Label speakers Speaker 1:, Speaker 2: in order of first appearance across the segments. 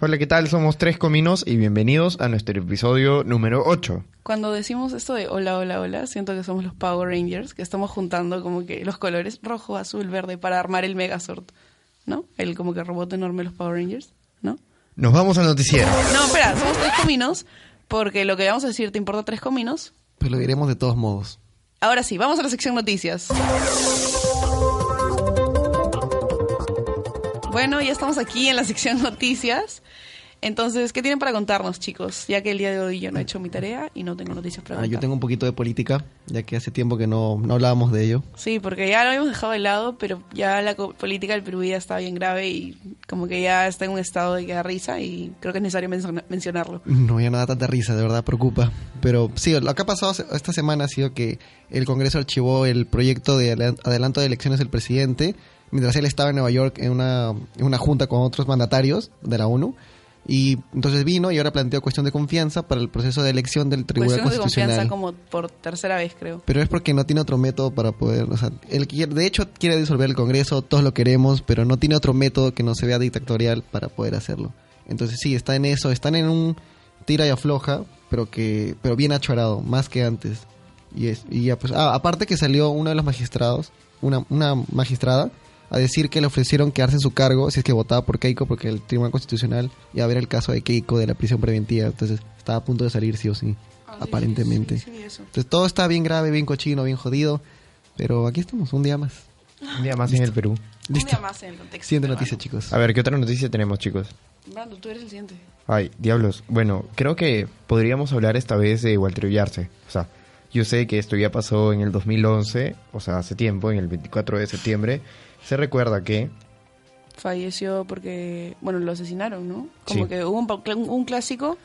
Speaker 1: Hola, ¿qué tal? Somos Tres Cominos y bienvenidos a nuestro episodio número 8.
Speaker 2: cuando decimos esto de hola, hola, hola, siento que somos los Power Rangers, que estamos juntando como que los colores rojo, azul, verde para armar el Megazord, ¿no? El como que robot enorme de los Power Rangers, ¿no?
Speaker 1: Nos vamos al noticiero.
Speaker 2: No, espera, somos tres cominos, porque lo que vamos a decir te importa tres cominos.
Speaker 3: Pero lo diremos de todos modos.
Speaker 2: Ahora sí, vamos a la sección noticias. Bueno, ya estamos aquí en la sección noticias. Entonces, ¿qué tienen para contarnos, chicos? Ya que el día de hoy yo no he hecho mi tarea y no tengo noticias para
Speaker 3: Ah, yo
Speaker 2: contar.
Speaker 3: tengo un poquito de política, ya que hace tiempo que no, no hablábamos de ello.
Speaker 2: Sí, porque ya lo habíamos dejado de lado, pero ya la co- política del Perú ya está bien grave y como que ya está en un estado de que da risa y creo que es necesario menso- mencionarlo.
Speaker 3: No ya nada tanta risa, de verdad, preocupa. Pero sí, lo que ha pasado se- esta semana ha sido que el Congreso archivó el proyecto de ale- adelanto de elecciones del presidente, mientras él estaba en Nueva York en una, en una junta con otros mandatarios de la ONU. Y entonces vino y ahora planteó cuestión de confianza para el proceso de elección del Tribunal
Speaker 2: Cuestión de
Speaker 3: Constitucional.
Speaker 2: confianza como por tercera vez, creo.
Speaker 3: Pero es porque no tiene otro método para poder. O sea, él quiere- de hecho, quiere disolver el Congreso, todos lo queremos, pero no tiene otro método que no se vea dictatorial para poder hacerlo. Entonces, sí, está en eso, están en un tira y afloja, pero que pero bien achorado, más que antes. Y, es, y ya, pues, ah, aparte que salió uno de los magistrados, una, una magistrada, a decir que le ofrecieron quedarse en su cargo si es que votaba por Keiko, porque el Tribunal Constitucional iba a ver el caso de Keiko de la prisión preventiva. Entonces, estaba a punto de salir, sí o sí,
Speaker 2: Ah,
Speaker 3: aparentemente. Entonces todo está bien grave, bien cochino, bien jodido. Pero aquí estamos, un día más.
Speaker 1: Un día más en el Perú.
Speaker 3: Listo.
Speaker 2: más en el contexto.
Speaker 3: Siguiente
Speaker 2: pero
Speaker 3: noticia, chicos.
Speaker 1: A ver, ¿qué otra noticia tenemos, chicos?
Speaker 2: bueno. Brando, tú eres el siguiente.
Speaker 1: Ay, diablos. Bueno, creo que podríamos hablar esta vez de Walter Ullarse. O sea, yo sé que esto ya pasó en el 2011, o sea, hace tiempo, en el 24 de septiembre. Se recuerda que
Speaker 2: Falleció porque, bueno, lo asesinaron, ¿no? Como
Speaker 1: Sí.
Speaker 2: que hubo un, pa- cl- un clásico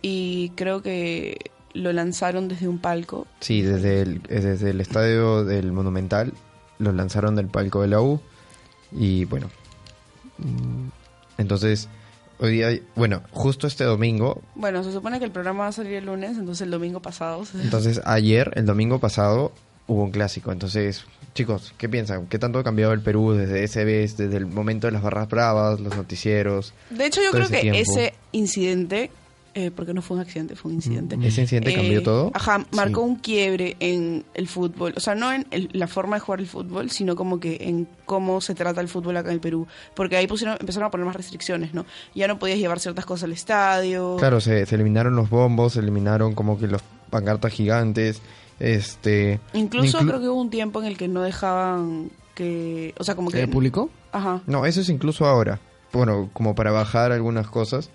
Speaker 2: y creo que lo lanzaron desde un palco.
Speaker 1: Sí, desde el, eh, desde el estadio del Monumental lo lanzaron del palco de la U y bueno. mm, Entonces, hoy día, bueno, justo este domingo,
Speaker 2: Bueno, se supone que el programa va a salir el lunes, entonces el domingo pasado. se-
Speaker 1: entonces ayer, el domingo pasado, hubo un clásico. Entonces, chicos, ¿qué piensan? ¿Qué tanto ha cambiado el Perú desde ese vez, desde el momento de las barras bravas, los noticieros?
Speaker 2: De hecho, yo
Speaker 1: todo
Speaker 2: creo que
Speaker 1: tiempo?
Speaker 2: ese incidente, eh, porque no fue un accidente, fue un incidente.
Speaker 1: ¿Ese incidente Mm, cambió todo?
Speaker 2: Eh, Ajá, marcó
Speaker 1: Sí.
Speaker 2: un quiebre en el fútbol. O sea, no en el- la forma de jugar el fútbol, sino como que en cómo se trata el fútbol acá en el Perú. Porque ahí pusieron, empezaron a poner más restricciones, ¿no? Ya no podías llevar ciertas cosas al estadio.
Speaker 1: Claro, se, se eliminaron los bombos, se eliminaron como que los pancartas gigantes, este...
Speaker 2: Incluso
Speaker 1: inclu-
Speaker 2: creo que hubo un tiempo en el que no dejaban que. O sea, como que.
Speaker 3: ¿El público?
Speaker 2: Ajá.
Speaker 1: No, eso es incluso ahora. Bueno, como para bajar algunas cosas.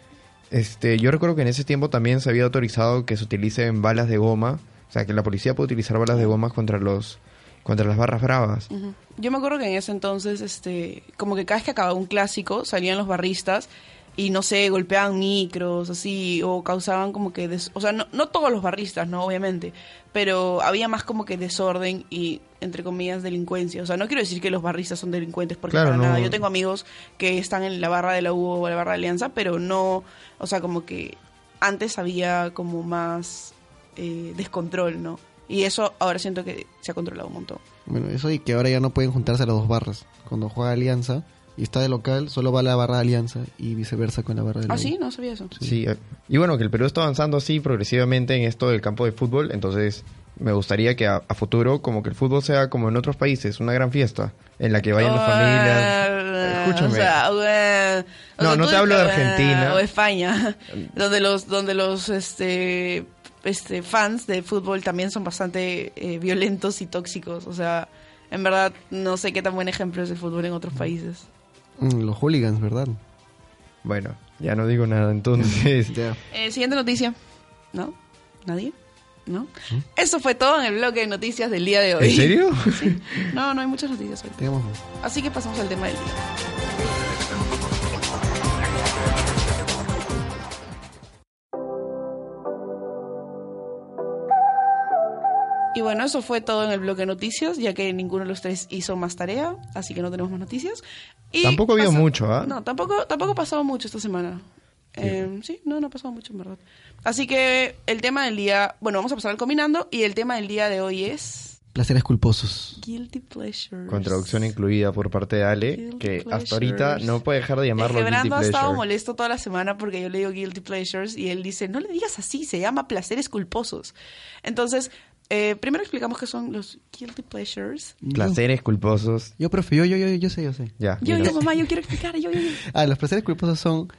Speaker 1: Este, yo recuerdo que en ese tiempo también se había autorizado que se utilicen balas de goma, o sea, que la policía puede utilizar balas de goma contra los contra las barras bravas.
Speaker 2: Ujú. Yo me acuerdo que en ese entonces, este, como que cada vez que acababa un clásico, salían los barristas y no sé, golpeaban micros, así, o causaban como que. des- o sea, no, no todos los barristas, ¿no? Obviamente, pero había más como que desorden y, entre comillas, delincuencia. O sea, no quiero decir que los barristas son delincuentes, porque
Speaker 1: Claro,
Speaker 2: para
Speaker 1: no.
Speaker 2: nada. Yo tengo amigos que están en la barra de la U o la barra de Alianza, pero no. O sea, como que antes había como más eh, descontrol, ¿no? Y eso ahora siento que se ha controlado un montón.
Speaker 3: Bueno, eso y que ahora ya no pueden juntarse las dos barras. Cuando juega Alianza y está de local, solo va la barra de Alianza y viceversa con la barra de la
Speaker 2: ¿Ah,
Speaker 3: U.
Speaker 2: sí? No sabía eso.
Speaker 1: Sí, eh, y bueno, que el Perú está avanzando así progresivamente en esto del campo de fútbol, entonces me gustaría que a, a futuro como que el fútbol sea como en otros países, una gran fiesta en la que vayan las familias.
Speaker 2: Ah,
Speaker 1: Escúchame.
Speaker 2: O sea, ah, o
Speaker 1: No,
Speaker 2: sea,
Speaker 1: no
Speaker 2: tú
Speaker 1: te hablo de
Speaker 2: dices, ah,
Speaker 1: Argentina.
Speaker 2: O España, donde los, donde los este, este, fans de fútbol también son bastante eh, violentos y tóxicos. O sea, en verdad no sé qué tan buen ejemplo es el fútbol en otros países.
Speaker 3: Mm, los hooligans, ¿verdad?
Speaker 1: Bueno, ya no digo nada, entonces
Speaker 3: Ya.
Speaker 2: Eh, siguiente noticia. ¿No? ¿Nadie? ¿No? Eso fue todo en el bloque de noticias del día de hoy.
Speaker 1: ¿Mm? ¿En serio?
Speaker 2: No, no hay muchas noticias hoy.
Speaker 3: Tenemos
Speaker 2: Así que pasamos al tema del día. Y bueno, eso fue todo en el bloque de noticias, ya que ninguno de los tres hizo más tarea, así que no tenemos más noticias. Y
Speaker 1: Tampoco ha habido
Speaker 2: pasa-
Speaker 1: mucho, ¿ah?
Speaker 2: No, tampoco, tampoco ha pasado mucho esta semana. Eh, sí, no, no ha pasado mucho, en verdad. Así que el tema del día, bueno, vamos a pasar al combinando, y el tema del día de hoy es
Speaker 3: Placeres culposos.
Speaker 2: Guilty Pleasures.
Speaker 1: Con traducción incluida por parte de Ale,
Speaker 2: Guilty
Speaker 1: que hasta
Speaker 2: pleasures.
Speaker 1: ahorita no puede dejar de llamarlo
Speaker 2: Es
Speaker 1: guilty
Speaker 2: que Brando ha estado
Speaker 1: pleasure.
Speaker 2: molesto toda la semana porque yo le digo guilty pleasures y él dice, no le digas así, se llama placeres culposos. Entonces, eh, primero explicamos qué son los guilty pleasures.
Speaker 1: Placeres culposos.
Speaker 3: Yo, profe, yo, yo, yo, yo sé, yo sé.
Speaker 1: Ya.
Speaker 2: Yo,
Speaker 1: Ah, mira.
Speaker 2: yo, mamá, yo quiero explicar, yo, yo, yo.
Speaker 3: Ah, los placeres culposos son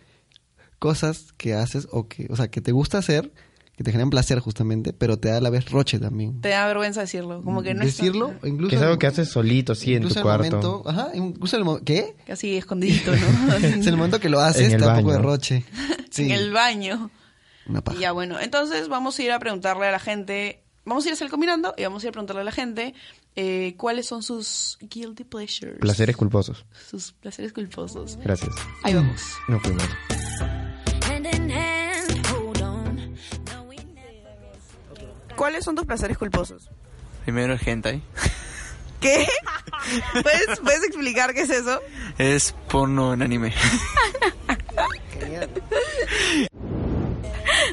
Speaker 3: cosas que haces o que, o sea, que te gusta hacer, que te generan placer justamente, pero te da a la vez roche también.
Speaker 2: Te da vergüenza decirlo, como que no es tan-
Speaker 3: Decirlo, o incluso
Speaker 1: Que es algo que haces solito, sí, en tu
Speaker 3: incluso
Speaker 1: cuarto.
Speaker 3: el momento, ajá, incluso el mo- ¿qué?
Speaker 2: Así escondidito, ¿no?
Speaker 3: es el momento que lo haces,
Speaker 1: En el
Speaker 3: te da un poco de
Speaker 1: baño.
Speaker 3: roche. Sí,
Speaker 2: En el baño.
Speaker 3: una paja.
Speaker 2: Y ya bueno, entonces vamos a ir a preguntarle a la gente, vamos a ir a hacer combinando y vamos a ir a preguntarle a la gente eh, cuáles son sus guilty pleasures.
Speaker 1: Placeres culposos.
Speaker 2: Sus placeres culposos.
Speaker 1: Gracias.
Speaker 2: Ahí vamos.
Speaker 1: No fue mal.
Speaker 4: hand in hand. Hold on. No, we never.
Speaker 2: ¿Cuáles son tus placeres culposos?
Speaker 5: Primero el hentai.
Speaker 2: ¿Qué? ¿Puedes, ¿Puedes explicar qué es eso?
Speaker 5: Es porno en anime.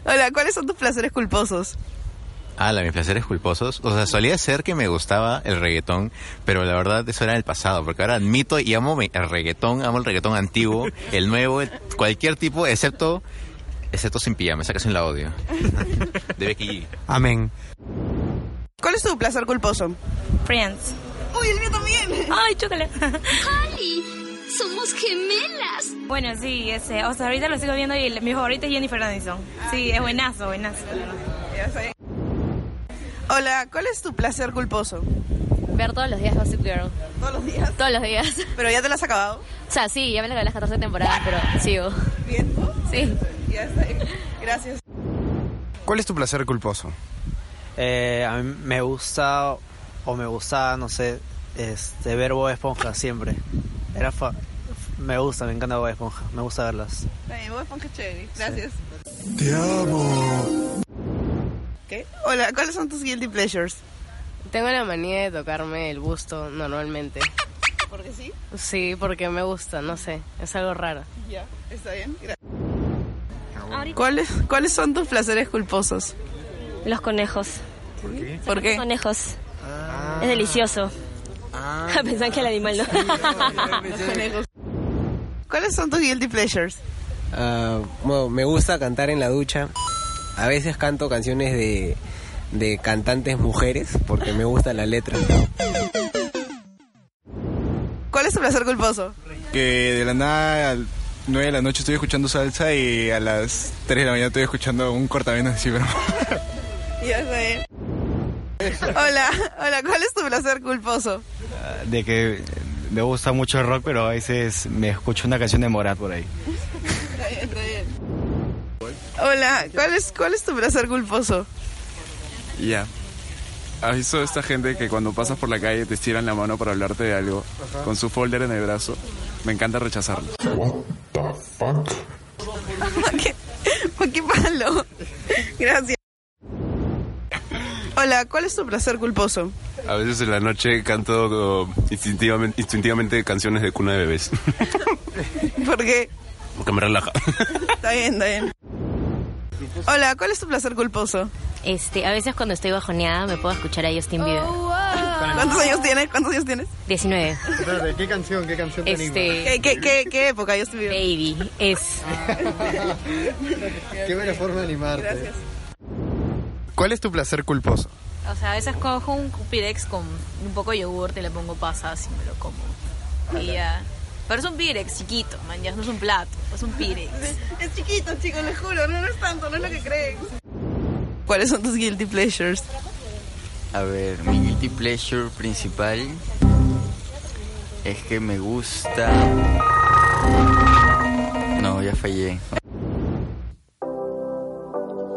Speaker 2: Hola, ¿cuáles son tus placeres culposos?
Speaker 6: Ah, la mis placeres culposos. O sea, solía ser que me gustaba el reggaetón, pero la verdad eso era en el pasado, porque ahora admito y amo me- el reggaetón, amo el reggaetón antiguo, el nuevo, el- cualquier tipo, excepto excepto sin pijama, esa canción la odio. De Becky G.
Speaker 1: Amén.
Speaker 2: ¿Cuál es tu placer culposo?
Speaker 4: Friends.
Speaker 2: Uy, el mío también.
Speaker 4: Ay, chócale. ¡Ay! Somos gemelas. Bueno, sí, ese. O sea, ahorita lo sigo viendo y mi favorita es Jennifer Aniston. Sí, es buenazo, buenazo.
Speaker 2: Hola, ¿cuál es tu placer culposo?
Speaker 7: Ver todos los días Gossip Girl.
Speaker 2: Todos los días.
Speaker 7: Todos los días.
Speaker 2: Pero ya te lo has acabado.
Speaker 7: O sea, sí, ya me lo acabé las 14 temporadas, pero sigo.
Speaker 2: Bien.
Speaker 7: Sí.
Speaker 2: Ya está. ahí. Gracias.
Speaker 8: ¿Cuál es tu placer culposo?
Speaker 9: Eh, a mí me gusta, o me gustaba, no sé, este, ver Bob Esponja siempre. Era fa- me gusta, me encanta Bob Esponja, me gusta verlas.
Speaker 2: Ay, voy a poner chévere. Gracias.
Speaker 8: Te amo.
Speaker 2: ¿Qué? Hola, ¿cuáles son tus guilty pleasures?
Speaker 7: Tengo la manía de tocarme el busto normalmente.
Speaker 2: Porque sí,
Speaker 7: Sí, porque me gusta, no sé. Es algo raro.
Speaker 2: ya, está bien. Gracias. ¿Cuáles, ¿Cuáles son tus placeres culposos?
Speaker 4: Los conejos.
Speaker 2: ¿Por qué?
Speaker 4: Conejos. Es delicioso. Pensaban que el animal no.
Speaker 2: ¿Cuáles son tus guilty pleasures?
Speaker 9: Ah, me gusta cantar en la ducha. A veces canto canciones de, de cantantes mujeres porque me gusta la letra.
Speaker 2: ¿Cuál es tu placer culposo?
Speaker 9: Que de la nada, a 9 de la noche estoy escuchando salsa y a las 3 de la mañana estoy escuchando un cortavenas así, pero...
Speaker 2: Ya sé. Hola, hola, ¿cuál es tu placer culposo?
Speaker 5: De que me gusta mucho el rock, pero a veces me escucho una canción de Morat por ahí.
Speaker 2: Hola, ¿cuál es, cuál es tu placer culposo?
Speaker 9: Ya. ¿Has visto esta gente que cuando pasas por la calle te estiran la mano para hablarte de algo con su folder en el brazo? Me encanta rechazarlo.
Speaker 2: ¿Qué, qué malo? Gracias. Hola, ¿cuál es tu placer culposo?
Speaker 9: A veces en la noche canto instintivamente, canciones de cuna de bebés.
Speaker 2: ¿Por qué?
Speaker 9: Porque me relaja.
Speaker 2: Está bien, está bien. Hola, ¿cuál es tu placer culposo?
Speaker 7: Este, a veces cuando estoy bajoneada me puedo escuchar a Justin
Speaker 2: Oh,
Speaker 7: Bieber.
Speaker 2: ¿Cuántos años tienes? ¿Cuántos años tienes?
Speaker 7: 19.
Speaker 1: ¿Qué canción? ¿Qué canción
Speaker 7: Este.
Speaker 2: ¿Qué, qué, qué, qué época yo estuve?
Speaker 7: Baby, es.
Speaker 2: Este,
Speaker 1: Qué buena forma de animarte. Gracias. ¿Cuál es tu placer culposo?
Speaker 4: O sea, a veces cojo un Cupirex con un poco de yogurte y le pongo pasas y me lo como. Y ya. Pero es un Pirex chiquito, man, ya no es un plato, es un Pirex.
Speaker 2: Es chiquito, chicos, les juro, no, no es tanto, no es lo que creen. ¿Cuáles son tus guilty pleasures?
Speaker 5: A ver, mi guilty pleasure principal es que me gusta. No, ya fallé.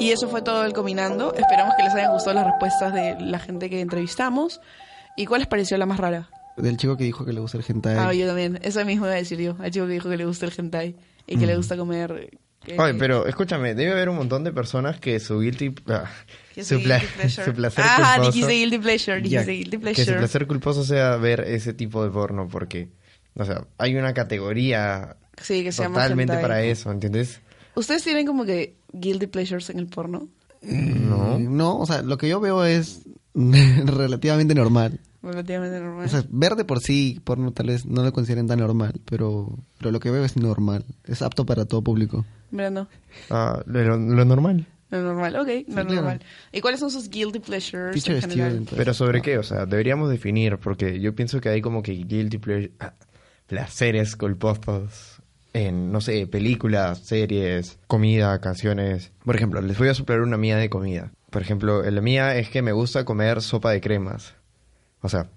Speaker 2: Y eso fue todo el Combinando. Esperamos que les hayan gustado las respuestas de la gente que entrevistamos. ¿Y cuál les pareció la más rara?
Speaker 3: Del chico que dijo que le gusta el hentai.
Speaker 2: Ah, yo también. Eso mismo iba a decir yo. Al chico que dijo que le gusta el hentai y que le gusta comer que-
Speaker 1: Oye, Mm. pero escúchame, debe haber un montón de personas que su guilty... ah,
Speaker 2: que
Speaker 1: su,
Speaker 2: su
Speaker 1: pla-
Speaker 2: guilty pleasure.
Speaker 1: su placer
Speaker 2: Ah,
Speaker 1: culposo...
Speaker 2: dijiste guilty pleasure, dijiste guilty
Speaker 1: Que
Speaker 2: pleasure.
Speaker 1: su placer culposo sea ver ese tipo de porno, porque, o sea, hay una categoría
Speaker 2: Sí, que se llama
Speaker 1: totalmente
Speaker 2: hentai.
Speaker 1: para eso, ¿entiendes?
Speaker 2: ¿Ustedes tienen como que guilty pleasures en el porno?
Speaker 1: No.
Speaker 3: Eh, No, o sea, lo que yo veo es relativamente normal.
Speaker 2: Relativamente normal.
Speaker 3: O sea, ver de por sí porno tal vez no lo consideren tan normal, pero, pero lo que veo es normal. Es apto para todo público.
Speaker 2: Mira, no.
Speaker 1: Ah, lo, lo normal.
Speaker 2: No normal, ok, no
Speaker 3: claro.
Speaker 2: normal. ¿Y cuáles son sus guilty pleasures
Speaker 3: Feature
Speaker 2: en general?
Speaker 3: student.
Speaker 1: Pero sobre qué, o sea, deberíamos definir, porque yo pienso que hay como que guilty pleasure- ah, placeres culposos en, no sé, películas, series, comida, canciones. Por ejemplo, les voy a soplar una mía de comida. Por ejemplo, eh, la mía es que me gusta comer sopa de cremas. O sea,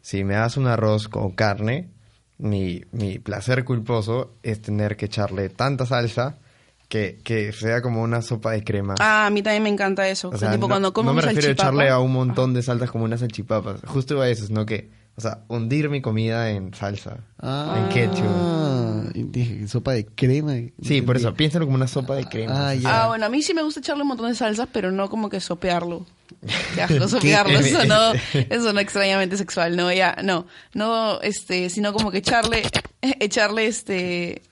Speaker 1: si me das un arroz con carne, mi, mi placer culposo es tener que echarle tanta salsa que, que sea como una sopa de crema.
Speaker 2: Ah, a mí también me encanta eso.
Speaker 1: O
Speaker 2: O sea,
Speaker 1: sea,
Speaker 2: tipo,
Speaker 1: no,
Speaker 2: cuando como
Speaker 1: no me
Speaker 2: un
Speaker 1: refiero a
Speaker 2: salchipapa-
Speaker 1: echarle a un montón de salsas como unas salchipapas. Justo a eso, sino que, o sea, hundir mi comida en salsa, en ketchup.
Speaker 3: Ah, y dije, sopa de crema.
Speaker 1: Sí, por eso, piénsalo como una sopa de crema.
Speaker 3: Ah, ya.
Speaker 2: Ah, bueno, a mí sí me gusta echarle un montón de salsas, pero no como que sopearlo. Qué asco
Speaker 1: ¿Qué?
Speaker 2: sopearlo, eso no, eso no extrañamente sexual, no, ya, no. No, este, sino como que echarle, echarle este,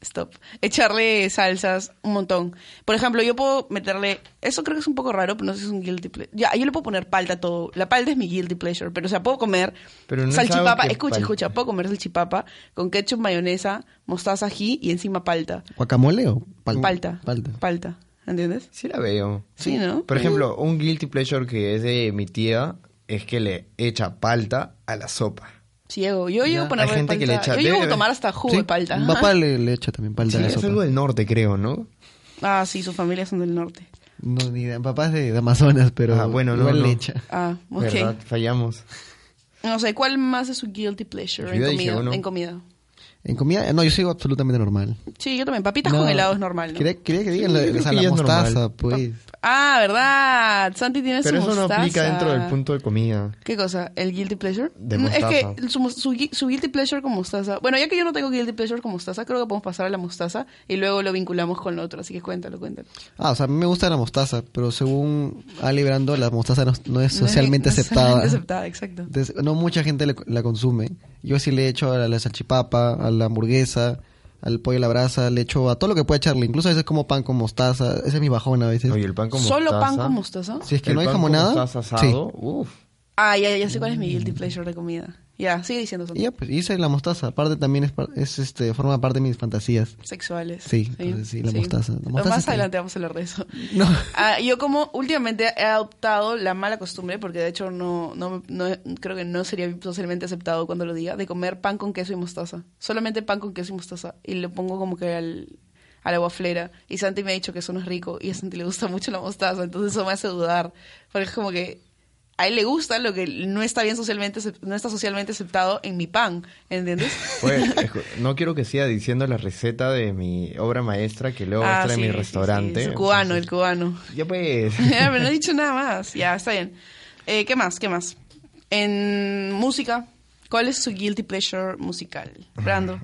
Speaker 2: stop, echarle salsas un montón. Por ejemplo, yo puedo meterle, eso creo que es un poco raro, pero no sé si es un guilty pleasure. Ya, yo le puedo poner palta a todo. La palta es mi guilty pleasure, pero o sea, puedo comer
Speaker 1: Pero no es
Speaker 2: salchipapa,
Speaker 1: algo que
Speaker 2: escucha,
Speaker 1: palta.
Speaker 2: escucha, puedo comer salchipapa con ketchup, mayonesa, mostaza, ají y encima palta.
Speaker 3: ¿Guacamole o palta?
Speaker 2: Palta.
Speaker 3: Palta.
Speaker 2: Palta. ¿Entiendes?
Speaker 1: Sí la veo.
Speaker 2: Sí, ¿no?
Speaker 1: Por ejemplo, un guilty pleasure que es de mi tía es que le echa palta a la sopa.
Speaker 2: Ciego. Yo llego a
Speaker 1: Hay
Speaker 2: ponerle
Speaker 1: gente
Speaker 2: palta.
Speaker 1: que le echa-
Speaker 2: Yo llego a
Speaker 1: debe-
Speaker 2: tomar hasta jugo
Speaker 3: Sí,
Speaker 2: de palta.
Speaker 3: Mi papá le, le echa también palta
Speaker 1: Sí,
Speaker 3: a la
Speaker 1: es
Speaker 3: sopa.
Speaker 1: algo del norte, creo, ¿no?
Speaker 2: Ah, sí, sus familias son del norte.
Speaker 3: No, ni idea. Mi papá es de, de Amazonas, pero
Speaker 1: Ah, bueno, no,
Speaker 3: igual
Speaker 1: no.
Speaker 3: le echa.
Speaker 2: Ah, ok.
Speaker 1: ¿Verdad? Fallamos.
Speaker 2: No sé, ¿cuál más es su guilty pleasure en
Speaker 1: Yo dije
Speaker 2: comida,
Speaker 1: uno.
Speaker 2: en comida?
Speaker 3: ¿En comida? No, yo sigo absolutamente normal.
Speaker 2: Sí, yo también. Papitas
Speaker 3: No.
Speaker 2: con helado es normal, ¿no?
Speaker 3: Quería, quería que digan
Speaker 1: Sí,
Speaker 3: la,
Speaker 1: yo creo
Speaker 3: o sea,
Speaker 1: que
Speaker 3: la
Speaker 1: ya es normal.
Speaker 3: mostaza, pues.
Speaker 2: Ah, ¿verdad? Santi tiene
Speaker 1: Pero
Speaker 2: su
Speaker 1: eso no
Speaker 2: mostaza.
Speaker 1: aplica dentro del punto de comida.
Speaker 2: ¿Qué cosa? ¿El guilty pleasure?
Speaker 1: De
Speaker 2: Mm, es
Speaker 1: mostaza.
Speaker 2: que su, mos- su gui- su guilty pleasure con mostaza... Bueno, ya que yo no tengo guilty pleasure con mostaza, creo que podemos pasar a la mostaza y luego lo vinculamos con lo otro. Así que cuéntalo, cuéntalo.
Speaker 3: Ah, o sea, a mí me gusta la mostaza, pero según Ali Brando, la mostaza no, no es socialmente
Speaker 2: No es- no es
Speaker 3: aceptada.
Speaker 2: socialmente aceptada, exacto.
Speaker 3: Entonces, no mucha gente le- la consume. Yo sí le echo a la salchipapa, a la hamburguesa, al pollo a la brasa, le echo a todo lo que pueda echarle. Incluso a veces como pan con mostaza. Ese es mi bajón a veces.
Speaker 1: Oye, el pan con
Speaker 2: ¿Solo
Speaker 1: mostaza.
Speaker 2: pan con mostaza?
Speaker 3: si es que
Speaker 1: El
Speaker 3: no hay
Speaker 1: pan con
Speaker 3: jamonada.
Speaker 1: mostaza asado, uf.
Speaker 2: Ah, ya, ya sé cuál es mi guilty pleasure de comida. Ya, sigue diciendo
Speaker 3: Sí.
Speaker 2: Santi.
Speaker 3: Y Ya, pues hice la mostaza. Aparte también es, par- es, este, forma parte de mis fantasías.
Speaker 2: sexuales.
Speaker 3: Sí, entonces sí, la mostaza. La mostaza
Speaker 2: Más
Speaker 3: está ahí.
Speaker 2: adelante vamos a hablar de eso.
Speaker 3: No.
Speaker 2: Ah, yo como últimamente he adoptado la mala costumbre, porque de hecho no, no, no- creo que no sería socialmente aceptado cuando lo diga, de comer pan con queso y mostaza. Solamente pan con queso y mostaza. Y lo pongo como que al, a la guaflera. Y Santi me ha dicho que eso no es rico y a Santi le gusta mucho la mostaza, entonces eso me hace dudar. Porque es como que... A él le gusta lo que no está bien socialmente, acep- no está socialmente aceptado en mi pan, ¿entiendes?
Speaker 1: Oye, escu- Pues, no quiero que siga diciendo la receta de mi obra maestra que luego
Speaker 2: Ah,
Speaker 1: está en
Speaker 2: sí,
Speaker 1: mi
Speaker 2: sí, sí,
Speaker 1: restaurante.
Speaker 2: el cubano, el cubano.
Speaker 1: Ya pues.
Speaker 2: Ya, pero no he dicho nada más. Ya, está bien. Eh, ¿Qué más? ¿Qué más? En música, ¿cuál es su guilty pleasure musical? Brando.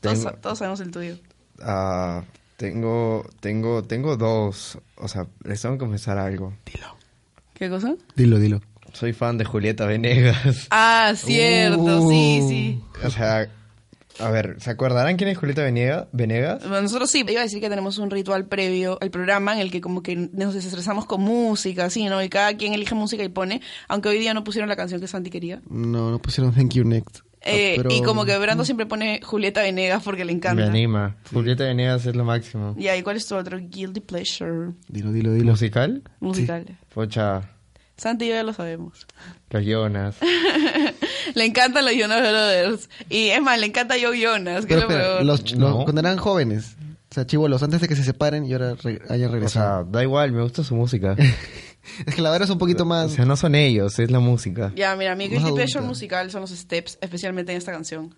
Speaker 2: Todos,
Speaker 1: Tengo-
Speaker 2: todos sabemos el tuyo.
Speaker 1: Ah, tengo, tengo, tengo dos. O sea, les tengo que confesar algo.
Speaker 2: ¿Qué cosa?
Speaker 3: Dilo, dilo.
Speaker 1: Soy fan de Julieta Venegas.
Speaker 2: Ah, cierto, sí, sí.
Speaker 1: O sea, a ver, ¿se acordarán quién es Julieta Venega- Venegas?
Speaker 2: Bueno, Nosotros sí, iba a decir que tenemos un ritual previo al programa en el que como que nos desestresamos con música, así, ¿no? Y cada quien elige música y pone, aunque hoy día no pusieron la canción que Santi quería.
Speaker 3: No, no pusieron thank you next.
Speaker 2: Eh,
Speaker 3: Ah, pero-
Speaker 2: Y como que Brando siempre pone Julieta Venegas porque le
Speaker 1: Me
Speaker 2: encanta.
Speaker 1: anima. Julieta Venegas es lo máximo.
Speaker 2: Ya, ¿y cuál es tu otro guilty pleasure
Speaker 3: Dilo, dilo, dilo.
Speaker 1: ¿Musical?
Speaker 2: musical?
Speaker 1: Pocha,
Speaker 2: Santi y yo ya lo sabemos.
Speaker 1: los Jonas.
Speaker 2: Le encantan los Jonas Brothers. Y es más, le encanta Joe Jonas, que
Speaker 3: Pero
Speaker 2: es lo
Speaker 3: espera,
Speaker 2: peor.
Speaker 3: los, los-
Speaker 1: No.
Speaker 3: cuando eran jóvenes, o sea, chivolos, antes de que se separen y ahora re-
Speaker 1: O sea,
Speaker 3: hayan regresado.
Speaker 1: da igual, me gusta su música.
Speaker 3: es que la verdad es un poquito
Speaker 1: O
Speaker 3: más...
Speaker 1: sea, no son ellos, es la música.
Speaker 2: Ya, mira, mi
Speaker 3: Más
Speaker 2: guilty
Speaker 3: adulta.
Speaker 2: pleasure musical son los steps, especialmente en esta canción.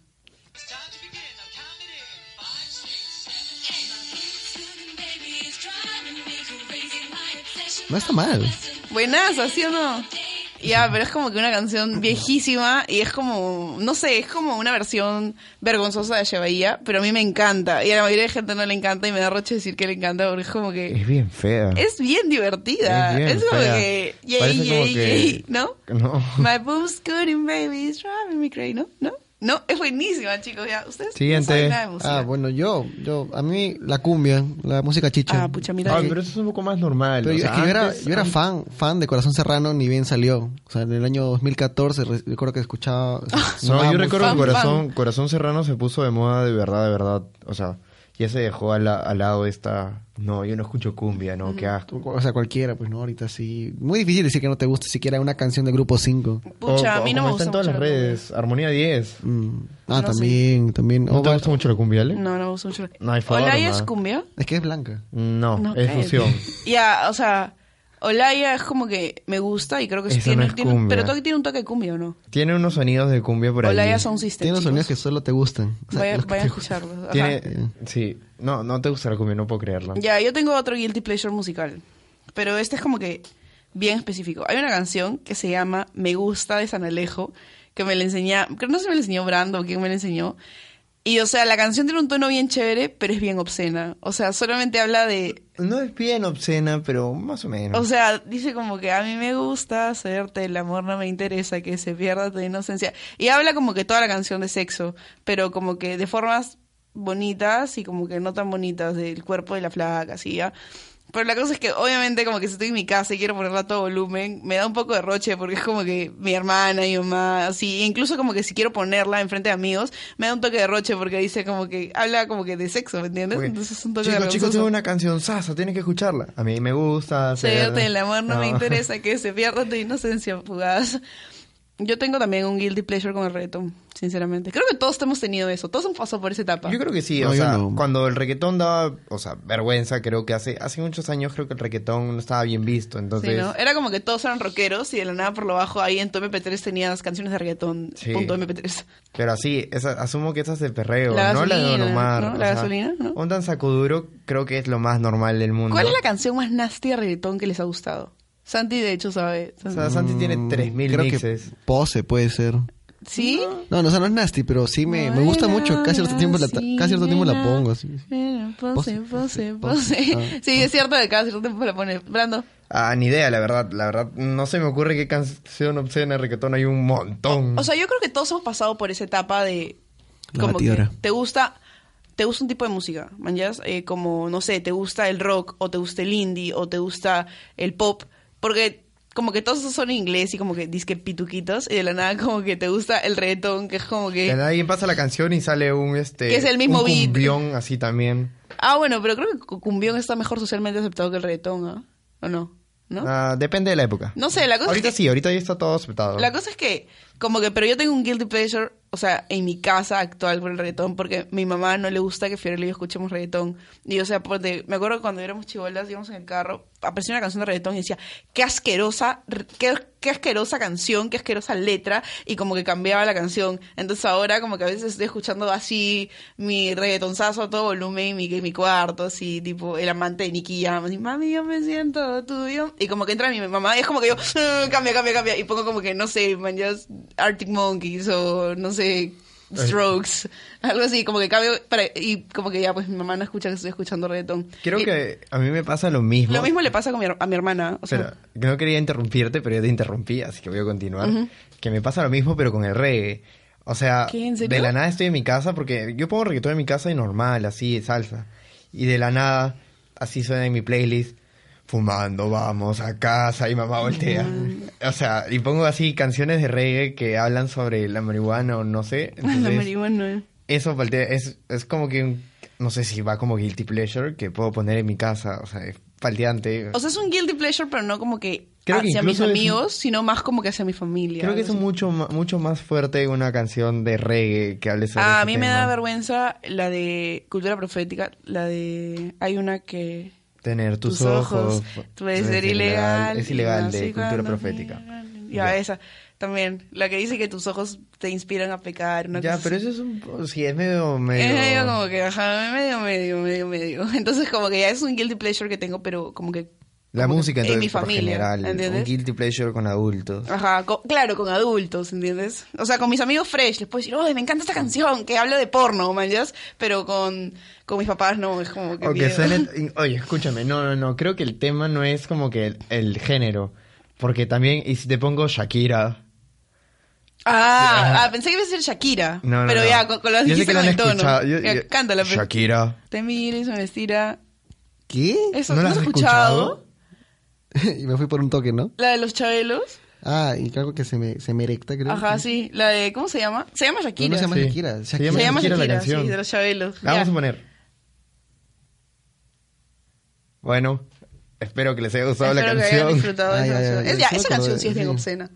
Speaker 3: No está mal.
Speaker 2: Buenas, ¿sí o no? Ya, pero es como que una canción viejísima y es como, no sé, es como una versión vergonzosa de Shebaía, pero a mí me encanta. Y a la mayoría de gente no le encanta y me da roche decir que le encanta porque es como que...
Speaker 1: Es bien fea.
Speaker 2: Es bien divertida.
Speaker 1: Es bien
Speaker 2: como
Speaker 1: fea.
Speaker 2: que... Yay,
Speaker 1: Parece como
Speaker 2: yay,
Speaker 1: que-
Speaker 2: yay, ¿No?
Speaker 1: No.
Speaker 2: My boobs couldn't baby, it's driving me crazy, ¿no? ¿No? No, es buenísima, chicos, ya. Ustedes no saben nada de música.
Speaker 3: ah, bueno, yo, yo, a mí la cumbia, la música chicha.
Speaker 2: Ah, pucha, mira. Ah, pero
Speaker 1: eso es un poco más normal.
Speaker 3: Pero
Speaker 1: o
Speaker 3: yo,
Speaker 1: sea,
Speaker 3: es que yo era,
Speaker 1: antes-
Speaker 3: yo era fan, fan de Corazón Serrano, ni bien salió. O sea, en el año 2014 re- recuerdo que escuchaba...
Speaker 1: No,
Speaker 3: sonaba
Speaker 1: yo
Speaker 3: mucho.
Speaker 1: recuerdo que Corazón, Corazón Serrano se puso de moda de verdad, de verdad. O sea, ya se dejó a la- al lado esta... No, yo no escucho cumbia, no,
Speaker 2: Mm.
Speaker 1: qué asco.
Speaker 3: O sea, cualquiera, pues no, ahorita sí. Muy difícil decir que no te gusta siquiera una canción de Grupo 5.
Speaker 2: Pucha,
Speaker 1: O-
Speaker 2: a mí no
Speaker 1: como está
Speaker 2: me gusta
Speaker 1: en todas
Speaker 2: mucho
Speaker 1: las
Speaker 2: la
Speaker 1: redes. Armonía 10.
Speaker 3: Ah, también, también. Oh,
Speaker 1: ¿No te gusta mucho la cumbia, Ale?
Speaker 2: No, no me gusta mucho.
Speaker 1: No hay forma.
Speaker 2: Olaya es cumbia.
Speaker 3: Es que es blanca.
Speaker 1: No,
Speaker 2: No,
Speaker 1: es
Speaker 2: cállate.
Speaker 1: fusión.
Speaker 2: Ya, o sea, Olaya es como que me gusta y creo que sí
Speaker 1: Eso
Speaker 2: tiene,
Speaker 1: no es
Speaker 2: tiene-
Speaker 1: cumbia.
Speaker 2: pero todo que tiene un toque de cumbia, ¿o no?
Speaker 1: Tiene unos sonidos de cumbia por ahí.
Speaker 2: Olaya Sound System,
Speaker 3: Tiene unos
Speaker 2: chicos.
Speaker 3: sonidos que solo te gustan. O sea,
Speaker 2: Vayan
Speaker 3: los que
Speaker 2: vayan a
Speaker 3: te gustan.
Speaker 2: escucharlos. ajá.
Speaker 1: Tiene, sí, no, no te gusta la cumbia, no puedo creerlo.
Speaker 2: Ya, yo tengo otro guilty pleasure musical, pero este es como que bien específico. Hay una canción que se llama Me gusta de San Alejo, que me la enseña, creo no sé si me la enseñó Brando o quién me la enseñó. Y o sea, la canción tiene un tono bien chévere, pero es bien obscena. O sea, solamente habla de
Speaker 1: No es bien obscena, pero más o menos.
Speaker 2: O sea, dice como que a mí me gusta hacerte, el amor no me interesa, que se pierda tu inocencia. Y habla como que toda la canción de sexo, pero como que de formas bonitas y como que no tan bonitas, del cuerpo de la flaca, así ya. Pero la cosa es que obviamente como que si estoy en mi casa y quiero ponerla a todo volumen, me da un poco de roche porque es como que mi hermana y mamá, así, e incluso como que si quiero ponerla enfrente de amigos, me da un toque de roche porque dice como que habla como que de sexo, ¿me entiendes?
Speaker 1: Porque,
Speaker 2: Entonces es un toque de
Speaker 1: chicos,
Speaker 2: roche.
Speaker 1: chicos, tengo una canción sasa, tienen que escucharla. A mí me gusta. hacer-
Speaker 2: Cederte el amor no, me interesa que se pierda tu inocencia fugaz. Yo tengo también un guilty pleasure con el reggaetón, sinceramente. Creo que todos hemos tenido eso, todos hemos pasado por esa etapa.
Speaker 1: Yo creo que sí,
Speaker 3: No,
Speaker 1: o
Speaker 3: yo
Speaker 1: sea,
Speaker 3: no.
Speaker 1: cuando el reggaetón daba, o sea, vergüenza, creo que hace hace muchos años creo que el reggaetón no estaba bien visto,
Speaker 2: Sí,
Speaker 1: entonces
Speaker 2: ¿no? Era como que todos eran rockeros y de la nada por lo bajo ahí en tu MP3 tenías canciones de reggaetón.
Speaker 1: Sí.
Speaker 2: Punto MP3.
Speaker 1: pero así, esa- asumo que esas de perreo,
Speaker 2: La
Speaker 1: no la de
Speaker 2: gasolina,
Speaker 1: Don Omar,
Speaker 2: ¿no?
Speaker 1: o
Speaker 2: La
Speaker 1: sea,
Speaker 2: gasolina, ¿no?
Speaker 1: Un danzacuduro creo que es lo más normal del mundo.
Speaker 2: ¿Cuál es la canción más nasty de reggaetón que les ha gustado? Santi, de hecho, sabe.
Speaker 1: O sea, Santi tiene 3000
Speaker 3: Mm, Creo
Speaker 1: mixes.
Speaker 3: que Pose puede ser.
Speaker 2: ¿Sí?
Speaker 3: No, no, o sea, no es nasty, pero sí me, me gusta mucho. Cada cierto tiempo la, cada cierto tiempo la pongo. así.
Speaker 2: Pose, pose, pose.
Speaker 3: Ah.
Speaker 2: Sí, es cierto que cada cierto tiempo la pone. Brando.
Speaker 1: Ah, ni idea, la verdad, la verdad no se me ocurre qué canción obscena de reggaetón hay un montón.
Speaker 2: O sea, yo creo que todos hemos pasado por esa etapa de
Speaker 1: La
Speaker 2: como que
Speaker 1: batidora.
Speaker 2: te gusta te gusta un tipo de música, manjas, Eh, como no sé, te gusta el rock o te gusta el indie o te gusta el pop, porque como que todos esos son en inglés y como que disque pituquitos y de la nada como que te gusta el reggaetón, que es como que
Speaker 1: Que Alguien pasa la canción y sale un este
Speaker 2: Que es el mismo
Speaker 1: un
Speaker 2: beat.
Speaker 1: cumbión así también.
Speaker 2: Ah, bueno, pero creo que cu- cumbión está mejor socialmente aceptado que el reggaetón, ¿ah? ¿O no? ¿No?
Speaker 1: Ah, depende de la época.
Speaker 2: No sé, la cosa es
Speaker 1: Ahorita
Speaker 2: que-
Speaker 1: sí, ahorita ya está todo aceptado.
Speaker 2: La cosa es que, como que, pero yo tengo un guilty pleasure, o sea, en mi casa actual por el reggaetón, porque mi mamá no le gusta que Fiorello y yo escuchemos reggaetón. Y, o sea, porque me acuerdo que cuando éramos chivolas, íbamos en el carro, apareció una canción de reggaetón y decía, qué asquerosa, r- qué, qué asquerosa canción, qué asquerosa letra, y como que cambiaba la canción. Entonces ahora, como que a veces estoy escuchando así mi reggaetonzazo a todo volumen, mi, mi cuarto, así, tipo, el amante de Nicky Jam, así, mami, yo me siento tuyo. Y como que entra mi mamá y es como que yo, "Ah, cambia, cambia, cambia. Y pongo como que, no sé, man, ya es Arctic Monkeys o, no sé, Strokes, algo así, como que cambio, para, y como que ya, pues mi mamá no escucha que estoy escuchando reggaetón.
Speaker 1: Creo
Speaker 2: Y
Speaker 1: que a mí me pasa lo mismo.
Speaker 2: Lo mismo le pasa con mi her- a mi hermana, o sea,
Speaker 1: Espera, que no quería interrumpirte, pero ya te interrumpí, así que voy a continuar.
Speaker 2: Ujú.
Speaker 1: Que me pasa lo mismo, pero con el reggae. O sea,
Speaker 2: ¿Qué? ¿En serio?
Speaker 1: de la nada estoy en mi casa, porque yo pongo reggaetón en mi casa y normal, así, salsa. Y de la nada, así suena en mi playlist, fumando, vamos a casa, y mamá voltea. O sea, y pongo así canciones de reggae que hablan sobre la marihuana o no sé.
Speaker 2: la
Speaker 1: Entonces,
Speaker 2: marihuana.
Speaker 1: eso voltea, es, es como que, un- no sé si va como guilty pleasure, que puedo poner en mi casa, o sea, es palteante.
Speaker 2: O sea, es un guilty pleasure, pero no como que
Speaker 1: Creo que
Speaker 2: hacia mis
Speaker 1: incluso es un-
Speaker 2: amigos, sino más como que hacia mi familia.
Speaker 1: Creo que
Speaker 2: algo
Speaker 1: es mucho, ma- mucho más fuerte una canción de reggae que hable sobre
Speaker 2: Ah,
Speaker 1: ese
Speaker 2: a mí me
Speaker 1: tema.
Speaker 2: da vergüenza la de cultura profética, la de hay una que
Speaker 1: Tener tus,
Speaker 2: tus ojos
Speaker 1: ojos.
Speaker 2: puede
Speaker 1: es
Speaker 2: ser ilegal.
Speaker 1: Es ilegal
Speaker 2: y no
Speaker 1: de
Speaker 2: sé
Speaker 1: cultura
Speaker 2: cuándo.
Speaker 1: profética.
Speaker 2: Ya, esa también, la que dice que tus ojos te inspiran a pecar, una
Speaker 1: Ya,
Speaker 2: cosa
Speaker 1: pero
Speaker 2: así.
Speaker 1: eso es un... po- Sí, es medio... medio...
Speaker 2: Es medio como que, ajá, medio, medio, medio, medio. Entonces como que ya es un guilty pleasure que tengo, pero como que
Speaker 1: La música,
Speaker 2: en
Speaker 1: entonces,
Speaker 2: mi familia,
Speaker 1: por
Speaker 2: Ah,
Speaker 1: general.
Speaker 2: ¿entiendes?
Speaker 1: Un guilty pleasure con adultos.
Speaker 2: Ajá, co- claro, con adultos, ¿entiendes? O sea, con mis amigos fresh les puedo decir, oh, me encanta esta canción que habla de porno, man, ¿yas? Pero con, con mis papás no, es como que.
Speaker 1: O que
Speaker 2: miedo.
Speaker 1: suene- y- Oye, escúchame, no, no, no, creo que el tema no es como que el, el género. Porque también, y si te pongo Shakira.
Speaker 2: Ah, ah, pensé que iba a ser Shakira.
Speaker 1: No, no,
Speaker 2: pero
Speaker 1: no.
Speaker 2: ya, con, con lo
Speaker 1: Yo sé
Speaker 2: dijiste
Speaker 1: que lo
Speaker 2: con
Speaker 1: han
Speaker 2: el tono.
Speaker 1: escuchado. Yo-
Speaker 2: Ya,
Speaker 1: yo-
Speaker 2: cántala, pues.
Speaker 1: Shakira.
Speaker 2: Te miro y se me estira.
Speaker 3: ¿Qué?
Speaker 2: Eso, ¿No ¿no la has has escuchado?
Speaker 3: y me fui por un toque, ¿no?
Speaker 2: La de los chabelos.
Speaker 3: Ah, y claro que se me, se me erecta, creo.
Speaker 2: Ajá, sí. La de, ¿cómo se llama? Se llama Shakira.
Speaker 3: No, no se llama
Speaker 1: Sí.
Speaker 3: Shakira.
Speaker 1: Se
Speaker 3: Shakira.
Speaker 2: Se llama
Speaker 1: Shakira la
Speaker 2: Shakira,
Speaker 1: canción.
Speaker 2: sí, de los chabelos.
Speaker 1: La vamos
Speaker 2: Ya.
Speaker 1: a poner. Bueno, espero que les haya gustado
Speaker 2: Espero
Speaker 1: la
Speaker 2: que hayan
Speaker 1: canción.
Speaker 2: disfrutado de
Speaker 3: Ay,
Speaker 2: esa
Speaker 3: ay,
Speaker 2: canción.
Speaker 3: ay,
Speaker 2: Es- ya,
Speaker 3: sí me
Speaker 2: esa canción
Speaker 3: acordé,
Speaker 2: sí es bien
Speaker 3: sí.
Speaker 2: obscena.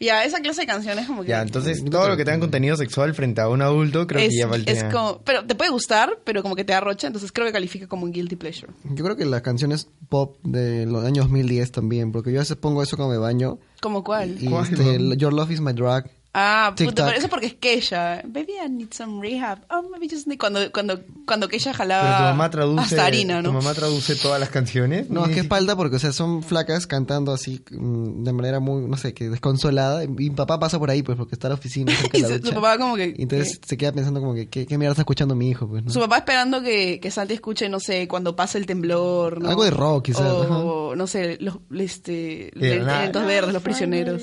Speaker 2: Ya, esa clase de canciones como que...
Speaker 1: Ya, entonces todo lo que tenga contenido sexual frente a un adulto, creo
Speaker 2: es,
Speaker 1: que ya valdría.
Speaker 2: es como, pero te puede gustar, pero como que te arrocha, entonces creo que califica como un guilty pleasure.
Speaker 3: Yo creo que las canciones pop de los años 2010 también, porque yo a veces pongo eso cuando me baño.
Speaker 2: ¿Como cuál?
Speaker 3: Y
Speaker 1: ¿Cuál,
Speaker 3: este,
Speaker 1: no?
Speaker 3: Your Love is My Drug.
Speaker 2: Ah, puta,
Speaker 3: Tic-tac.
Speaker 2: pero eso porque es Keisha. Baby, I need some rehab. Oh, maybe just need... Cuando, cuando, cuando Keisha jalaba
Speaker 1: Pero tu mamá traduce.
Speaker 2: ah, hasta harina,
Speaker 1: Tu
Speaker 2: ¿no?
Speaker 1: mamá traduce todas las canciones.
Speaker 3: No,
Speaker 1: Ni
Speaker 3: es que es
Speaker 1: si-
Speaker 3: palta porque, o sea, son flacas cantando así mm, de manera muy, no sé, que desconsolada. Y mi papá pasa por ahí, pues, porque está en la oficina. cerca de
Speaker 2: Y
Speaker 3: la
Speaker 2: su, su
Speaker 3: ducha.
Speaker 2: papá como que... eh,
Speaker 3: Y entonces se queda pensando como que, ¿qué, qué mierda está escuchando mi hijo? Pues, ¿no?
Speaker 2: Su papá esperando que, que Santi escuche, no sé, cuando pasa el temblor. ¿no?
Speaker 3: Algo de rock, quizás,
Speaker 2: O, no sé, los, este,
Speaker 1: de
Speaker 2: los
Speaker 1: nada.
Speaker 2: lentos verdes, los prisioneros.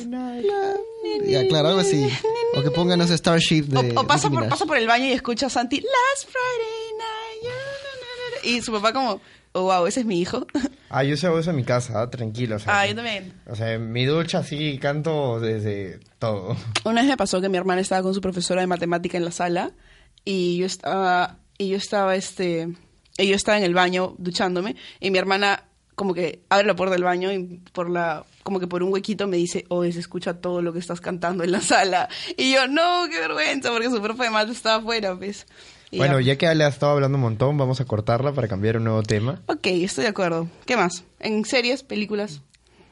Speaker 3: Ya, claro, algo así. O que pongan, no sé, Starship de
Speaker 2: O, o pasa,
Speaker 3: Nicki
Speaker 2: por,
Speaker 3: Minaj.
Speaker 2: pasa por el baño y escucha a Santi, Last Friday night. yeah, na, na, na, na". Y su papá como, oh, wow, ese es mi hijo.
Speaker 1: Ah, yo se hago eso en mi casa, ah, tranquilo. o sea,
Speaker 2: Ah, yo también.
Speaker 1: O sea, en mi ducha sí canto desde todo.
Speaker 2: Una vez me pasó que mi hermana estaba con su profesora de matemática en la sala y yo estaba, y yo estaba, este, y yo estaba en el baño duchándome y mi hermana como que abre la puerta del baño y por la, como que por un huequito me dice, oye, se escucha todo lo que estás cantando en la sala. Y yo, no, qué vergüenza, porque su profe de mate estaba afuera, pues. Y
Speaker 1: Bueno, ya que Ale ha estado hablando un montón, vamos a cortarla para cambiar un nuevo tema.
Speaker 2: Ok, estoy de acuerdo. ¿Qué más? ¿En series, películas?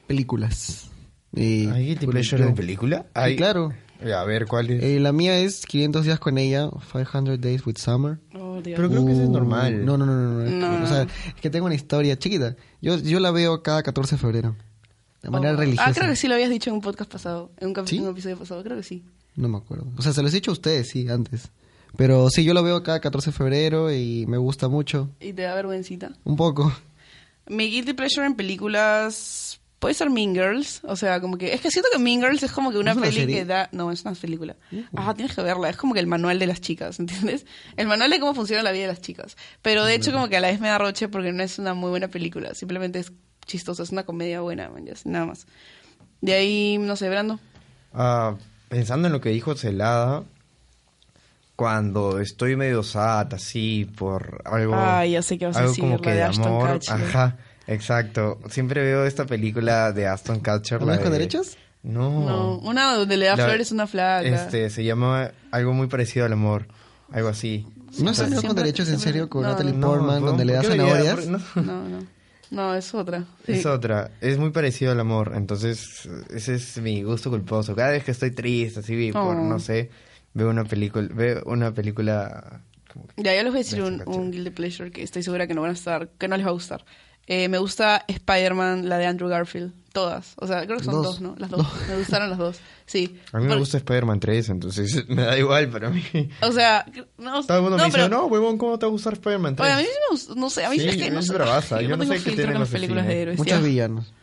Speaker 3: Películas. Eh,
Speaker 1: ¿Hay guilty
Speaker 3: por
Speaker 1: pleasure
Speaker 3: ejemplo,
Speaker 1: en película? Hay-
Speaker 3: Sí, claro.
Speaker 1: A ver, ¿cuál es?
Speaker 3: Eh, la mía es 500 días con ella, 500 days with summer.
Speaker 2: Oh, Dios.
Speaker 1: Pero creo que eso es
Speaker 3: Uh,
Speaker 1: normal.
Speaker 3: No, no, no, no. no.
Speaker 2: No.
Speaker 3: O sea, es que tengo una historia chiquita. Yo, yo la veo cada 14 de febrero. De manera
Speaker 2: Oh.
Speaker 3: religiosa.
Speaker 2: Ah, creo que sí lo habías dicho en un podcast pasado, en un, cap-
Speaker 3: ¿Sí?
Speaker 2: en un episodio pasado, creo que sí.
Speaker 3: No me acuerdo. O sea, se los he dicho a ustedes, sí, antes. Pero sí, yo la veo cada 14 de febrero y me gusta mucho.
Speaker 2: Y te da vergüencita.
Speaker 3: Un poco.
Speaker 2: Mi guilty pleasure en películas puede ser Mean Girls, o sea, como que es que siento que Mean Girls es como que una,
Speaker 3: ¿Es una
Speaker 2: peli
Speaker 3: serie? Uh.
Speaker 2: que da, no, es una película. Ajá, tienes que verla, es como que el manual de las chicas, ¿entiendes? El manual de cómo funciona la vida de las chicas. Pero
Speaker 3: Mm.
Speaker 2: de hecho como que a la vez me da roche porque no es una muy buena película, simplemente es chistosa, es una comedia buena, man, ya, nada más. De ahí, no sé, Brando.
Speaker 1: Ah, pensando en lo que dijo Celada, cuando estoy medio sat, así, por algo...
Speaker 2: Ah, ya sé qué vas a
Speaker 1: algo
Speaker 2: decir,
Speaker 1: como que
Speaker 2: la de
Speaker 1: de
Speaker 2: Ashton
Speaker 1: amor.
Speaker 2: Kutcher.
Speaker 1: Ajá, exacto. Siempre veo esta película de Aston Kutcher. la
Speaker 3: ¿Amores con
Speaker 1: de-
Speaker 3: derechos?
Speaker 1: No.
Speaker 2: No, una donde le da
Speaker 1: La-
Speaker 2: flores a una flaca.
Speaker 1: Este, se llama algo muy parecido al amor. Algo así.
Speaker 3: ¿No has salido con
Speaker 2: siempre-
Speaker 3: derechos en
Speaker 2: siempre-
Speaker 3: serio con
Speaker 2: no,
Speaker 3: Natalie
Speaker 1: no,
Speaker 3: Portman,
Speaker 1: ¿por-
Speaker 3: donde le
Speaker 1: por
Speaker 3: das
Speaker 1: qué debería?
Speaker 3: zanahorias?
Speaker 1: ¿Por- no?
Speaker 2: No, no. No, es otra. Sí.
Speaker 1: Es otra, es muy parecido al amor, entonces ese es mi gusto culposo. Cada vez que estoy triste, así por
Speaker 2: Oh.
Speaker 1: no sé, veo una película, veo una película como que-
Speaker 2: Ya, yo les voy a decir
Speaker 1: Esa
Speaker 2: un,
Speaker 1: canción.
Speaker 2: un guilty pleasure que estoy segura que no van a estar, que no les va a gustar. Eh, me gusta Spider-Man, la de Andrew Garfield, todas. O sea, creo que son
Speaker 3: Dos.
Speaker 2: dos, ¿no? Las dos.
Speaker 3: Dos.
Speaker 2: Me gustaron las dos. Sí.
Speaker 1: A mí me
Speaker 2: Por-
Speaker 1: gusta Spider-Man 3, entonces me da igual para mí.
Speaker 2: O sea, no,
Speaker 1: Todo el mundo
Speaker 2: no,
Speaker 1: me dice,
Speaker 2: pero-
Speaker 1: no, huevón, ¿cómo te va a gustar Spider-Man 3?
Speaker 2: Oye, a mí sí me gusta, no sé, a mí
Speaker 1: Sí,
Speaker 2: es que no
Speaker 1: es
Speaker 2: sé.
Speaker 1: bravaza, yo no
Speaker 2: tengo
Speaker 1: sé qué
Speaker 2: filtro
Speaker 1: tienen
Speaker 2: con las
Speaker 1: los
Speaker 2: películas
Speaker 1: cines.
Speaker 2: de héroes.
Speaker 3: Muchos
Speaker 2: ya.
Speaker 3: villanos.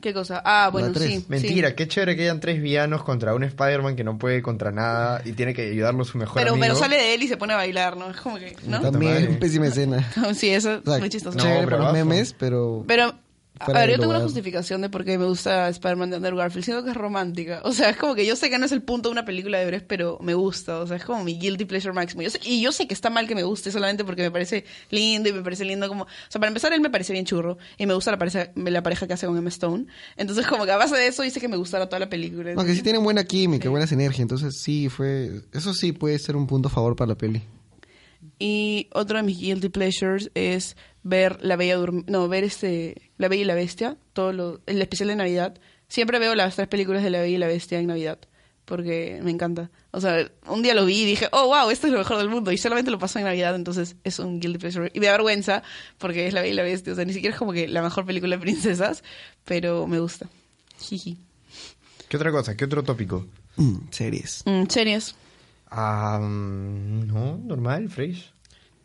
Speaker 2: ¿Qué cosa? Ah, bueno,
Speaker 3: tres.
Speaker 2: sí.
Speaker 1: Mentira,
Speaker 2: sí.
Speaker 1: qué chévere que hayan tres villanos contra un Spider-Man que no puede contra nada y tiene que ayudarlo su mejor
Speaker 2: Pero,
Speaker 1: amigo.
Speaker 2: pero sale de él y se pone a bailar, ¿no? Es como que, ¿no?
Speaker 3: También
Speaker 1: madre.
Speaker 3: pésima escena.
Speaker 2: Sí, eso es
Speaker 3: O sea,
Speaker 2: muy chistoso.
Speaker 1: No,
Speaker 3: chévere para los
Speaker 1: bravazo.
Speaker 3: memes, pero...
Speaker 2: Pero, a
Speaker 3: Fuera
Speaker 2: ver,
Speaker 3: de
Speaker 2: yo tengo una
Speaker 3: lugar.
Speaker 2: justificación de por qué me gusta Spider-Man de Andrew Garfield. Siento que es romántica. O sea, es como que yo sé que no es el punto de una película de Bres, pero me gusta. O sea, es como mi guilty pleasure máximo. Yo sé- y yo sé que está mal que me guste solamente porque me parece lindo y me parece lindo como... O sea, para empezar, él me parece bien churro y me gusta la pareja, la pareja que hace con Emma Stone. Entonces, como que a base de eso hice que me gustara toda la película.
Speaker 3: No, que sí tienen buena química, buena sinergia. Entonces sí, fue... Eso sí puede ser un punto a favor para la peli.
Speaker 2: Y otro de mis guilty pleasures es ver La Bella Durm- no, ver este La Bella y la Bestia, todo lo el especial de Navidad. Siempre veo las tres películas de La Bella y la Bestia en Navidad. porque me encanta. O sea, un día lo vi y dije, oh, wow, esto es lo mejor del mundo. Y solamente lo pasó en Navidad, entonces es un guilty pleasure. Y me da vergüenza, porque es La Bella y la Bestia. O sea, ni siquiera es como que la mejor película de princesas, pero me gusta. Jiji.
Speaker 1: ¿Qué otra cosa? ¿Qué otro tópico?
Speaker 3: series.
Speaker 2: Mm, series.
Speaker 1: Ah, mm, no, normal, fresh.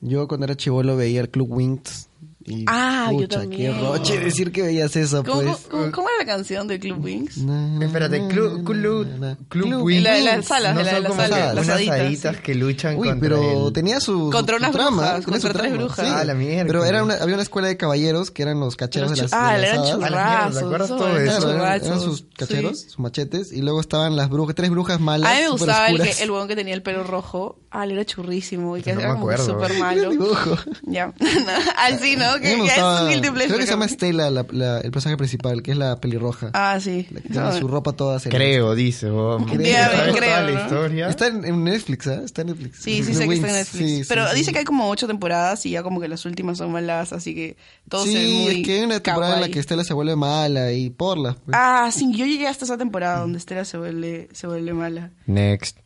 Speaker 3: Yo cuando era chivolo veía el Club Winx. Y,
Speaker 2: Ah, yo
Speaker 3: pucha,
Speaker 2: también.
Speaker 3: qué roche decir que veías eso,
Speaker 2: ¿Cómo,
Speaker 3: pues.
Speaker 2: cómo- cómo era la canción del Club Wings?
Speaker 1: Espérate, Club, Club, Club
Speaker 2: Winx.
Speaker 1: Winx.
Speaker 2: La de las alas,
Speaker 1: no
Speaker 2: la de
Speaker 1: son
Speaker 2: las
Speaker 1: como
Speaker 2: alas,
Speaker 1: que
Speaker 2: las
Speaker 1: unas
Speaker 2: haditas,
Speaker 1: haditas que luchan
Speaker 3: Uy,
Speaker 1: contra
Speaker 3: pero
Speaker 1: el-
Speaker 3: tenía su.
Speaker 2: Contra
Speaker 3: su
Speaker 2: unas
Speaker 3: trama,
Speaker 2: brujas,
Speaker 3: tenía
Speaker 2: contra
Speaker 3: su
Speaker 2: tres
Speaker 3: trama,
Speaker 2: brujas.
Speaker 3: sí.
Speaker 1: Ah, la mierda.
Speaker 3: Pero era una, había una escuela de caballeros que eran los cacheros
Speaker 2: Los
Speaker 3: de
Speaker 2: chu-
Speaker 3: las.
Speaker 2: ah,
Speaker 3: de las
Speaker 2: eran
Speaker 3: hadas.
Speaker 1: A la mierda,
Speaker 2: churrazos.
Speaker 1: ¿te acuerdas
Speaker 2: son-
Speaker 1: todo
Speaker 2: eran
Speaker 1: eso?
Speaker 3: Claro, eran,
Speaker 2: churrazos,
Speaker 3: eran sus cacheros,
Speaker 2: sí.
Speaker 3: sus machetes, y luego estaban las brujas, tres brujas malas.
Speaker 2: A mí me
Speaker 3: súper
Speaker 2: gustaba el, que,
Speaker 3: oscuras.
Speaker 2: el huevón que tenía el pelo rojo. Ah, él era churrísimo y que
Speaker 1: No me
Speaker 2: era como que
Speaker 1: acuerdo.
Speaker 2: súper
Speaker 3: Era
Speaker 2: malo.
Speaker 3: el dibujo.
Speaker 2: Ya. Así, ¿no?
Speaker 3: A
Speaker 2: Que
Speaker 3: mí me
Speaker 2: ya es
Speaker 3: gustaba-
Speaker 2: un guilty pleasure.
Speaker 3: Creo que se llama
Speaker 2: creo.
Speaker 3: Estela, la- la- el personaje principal, que es la pelirroja.
Speaker 2: Ah, sí.
Speaker 3: la que tiene
Speaker 2: No,
Speaker 3: su ropa toda celeste.
Speaker 1: Creo, dice. vos.
Speaker 3: Creo,
Speaker 1: ¿Sabes
Speaker 2: creo,
Speaker 1: toda la
Speaker 2: ¿no?
Speaker 1: historia?
Speaker 3: Está en, en Netflix, ¿ah? Está en Netflix.
Speaker 2: Sí, sí
Speaker 3: The
Speaker 2: sé que está en
Speaker 3: Wings.
Speaker 2: Netflix.
Speaker 3: Sí, sí,
Speaker 2: pero
Speaker 3: sí.
Speaker 2: dice que hay como ocho temporadas y ya como que las últimas son malas, así que todo se ve
Speaker 3: Sí,
Speaker 2: muy
Speaker 3: es que hay una temporada en
Speaker 2: kawaii.
Speaker 3: la que Estela se vuelve mala y porlas. pues.
Speaker 2: Ah, sí, yo llegué hasta esa temporada donde Estela se vuelve, se vuelve mala.
Speaker 1: Next.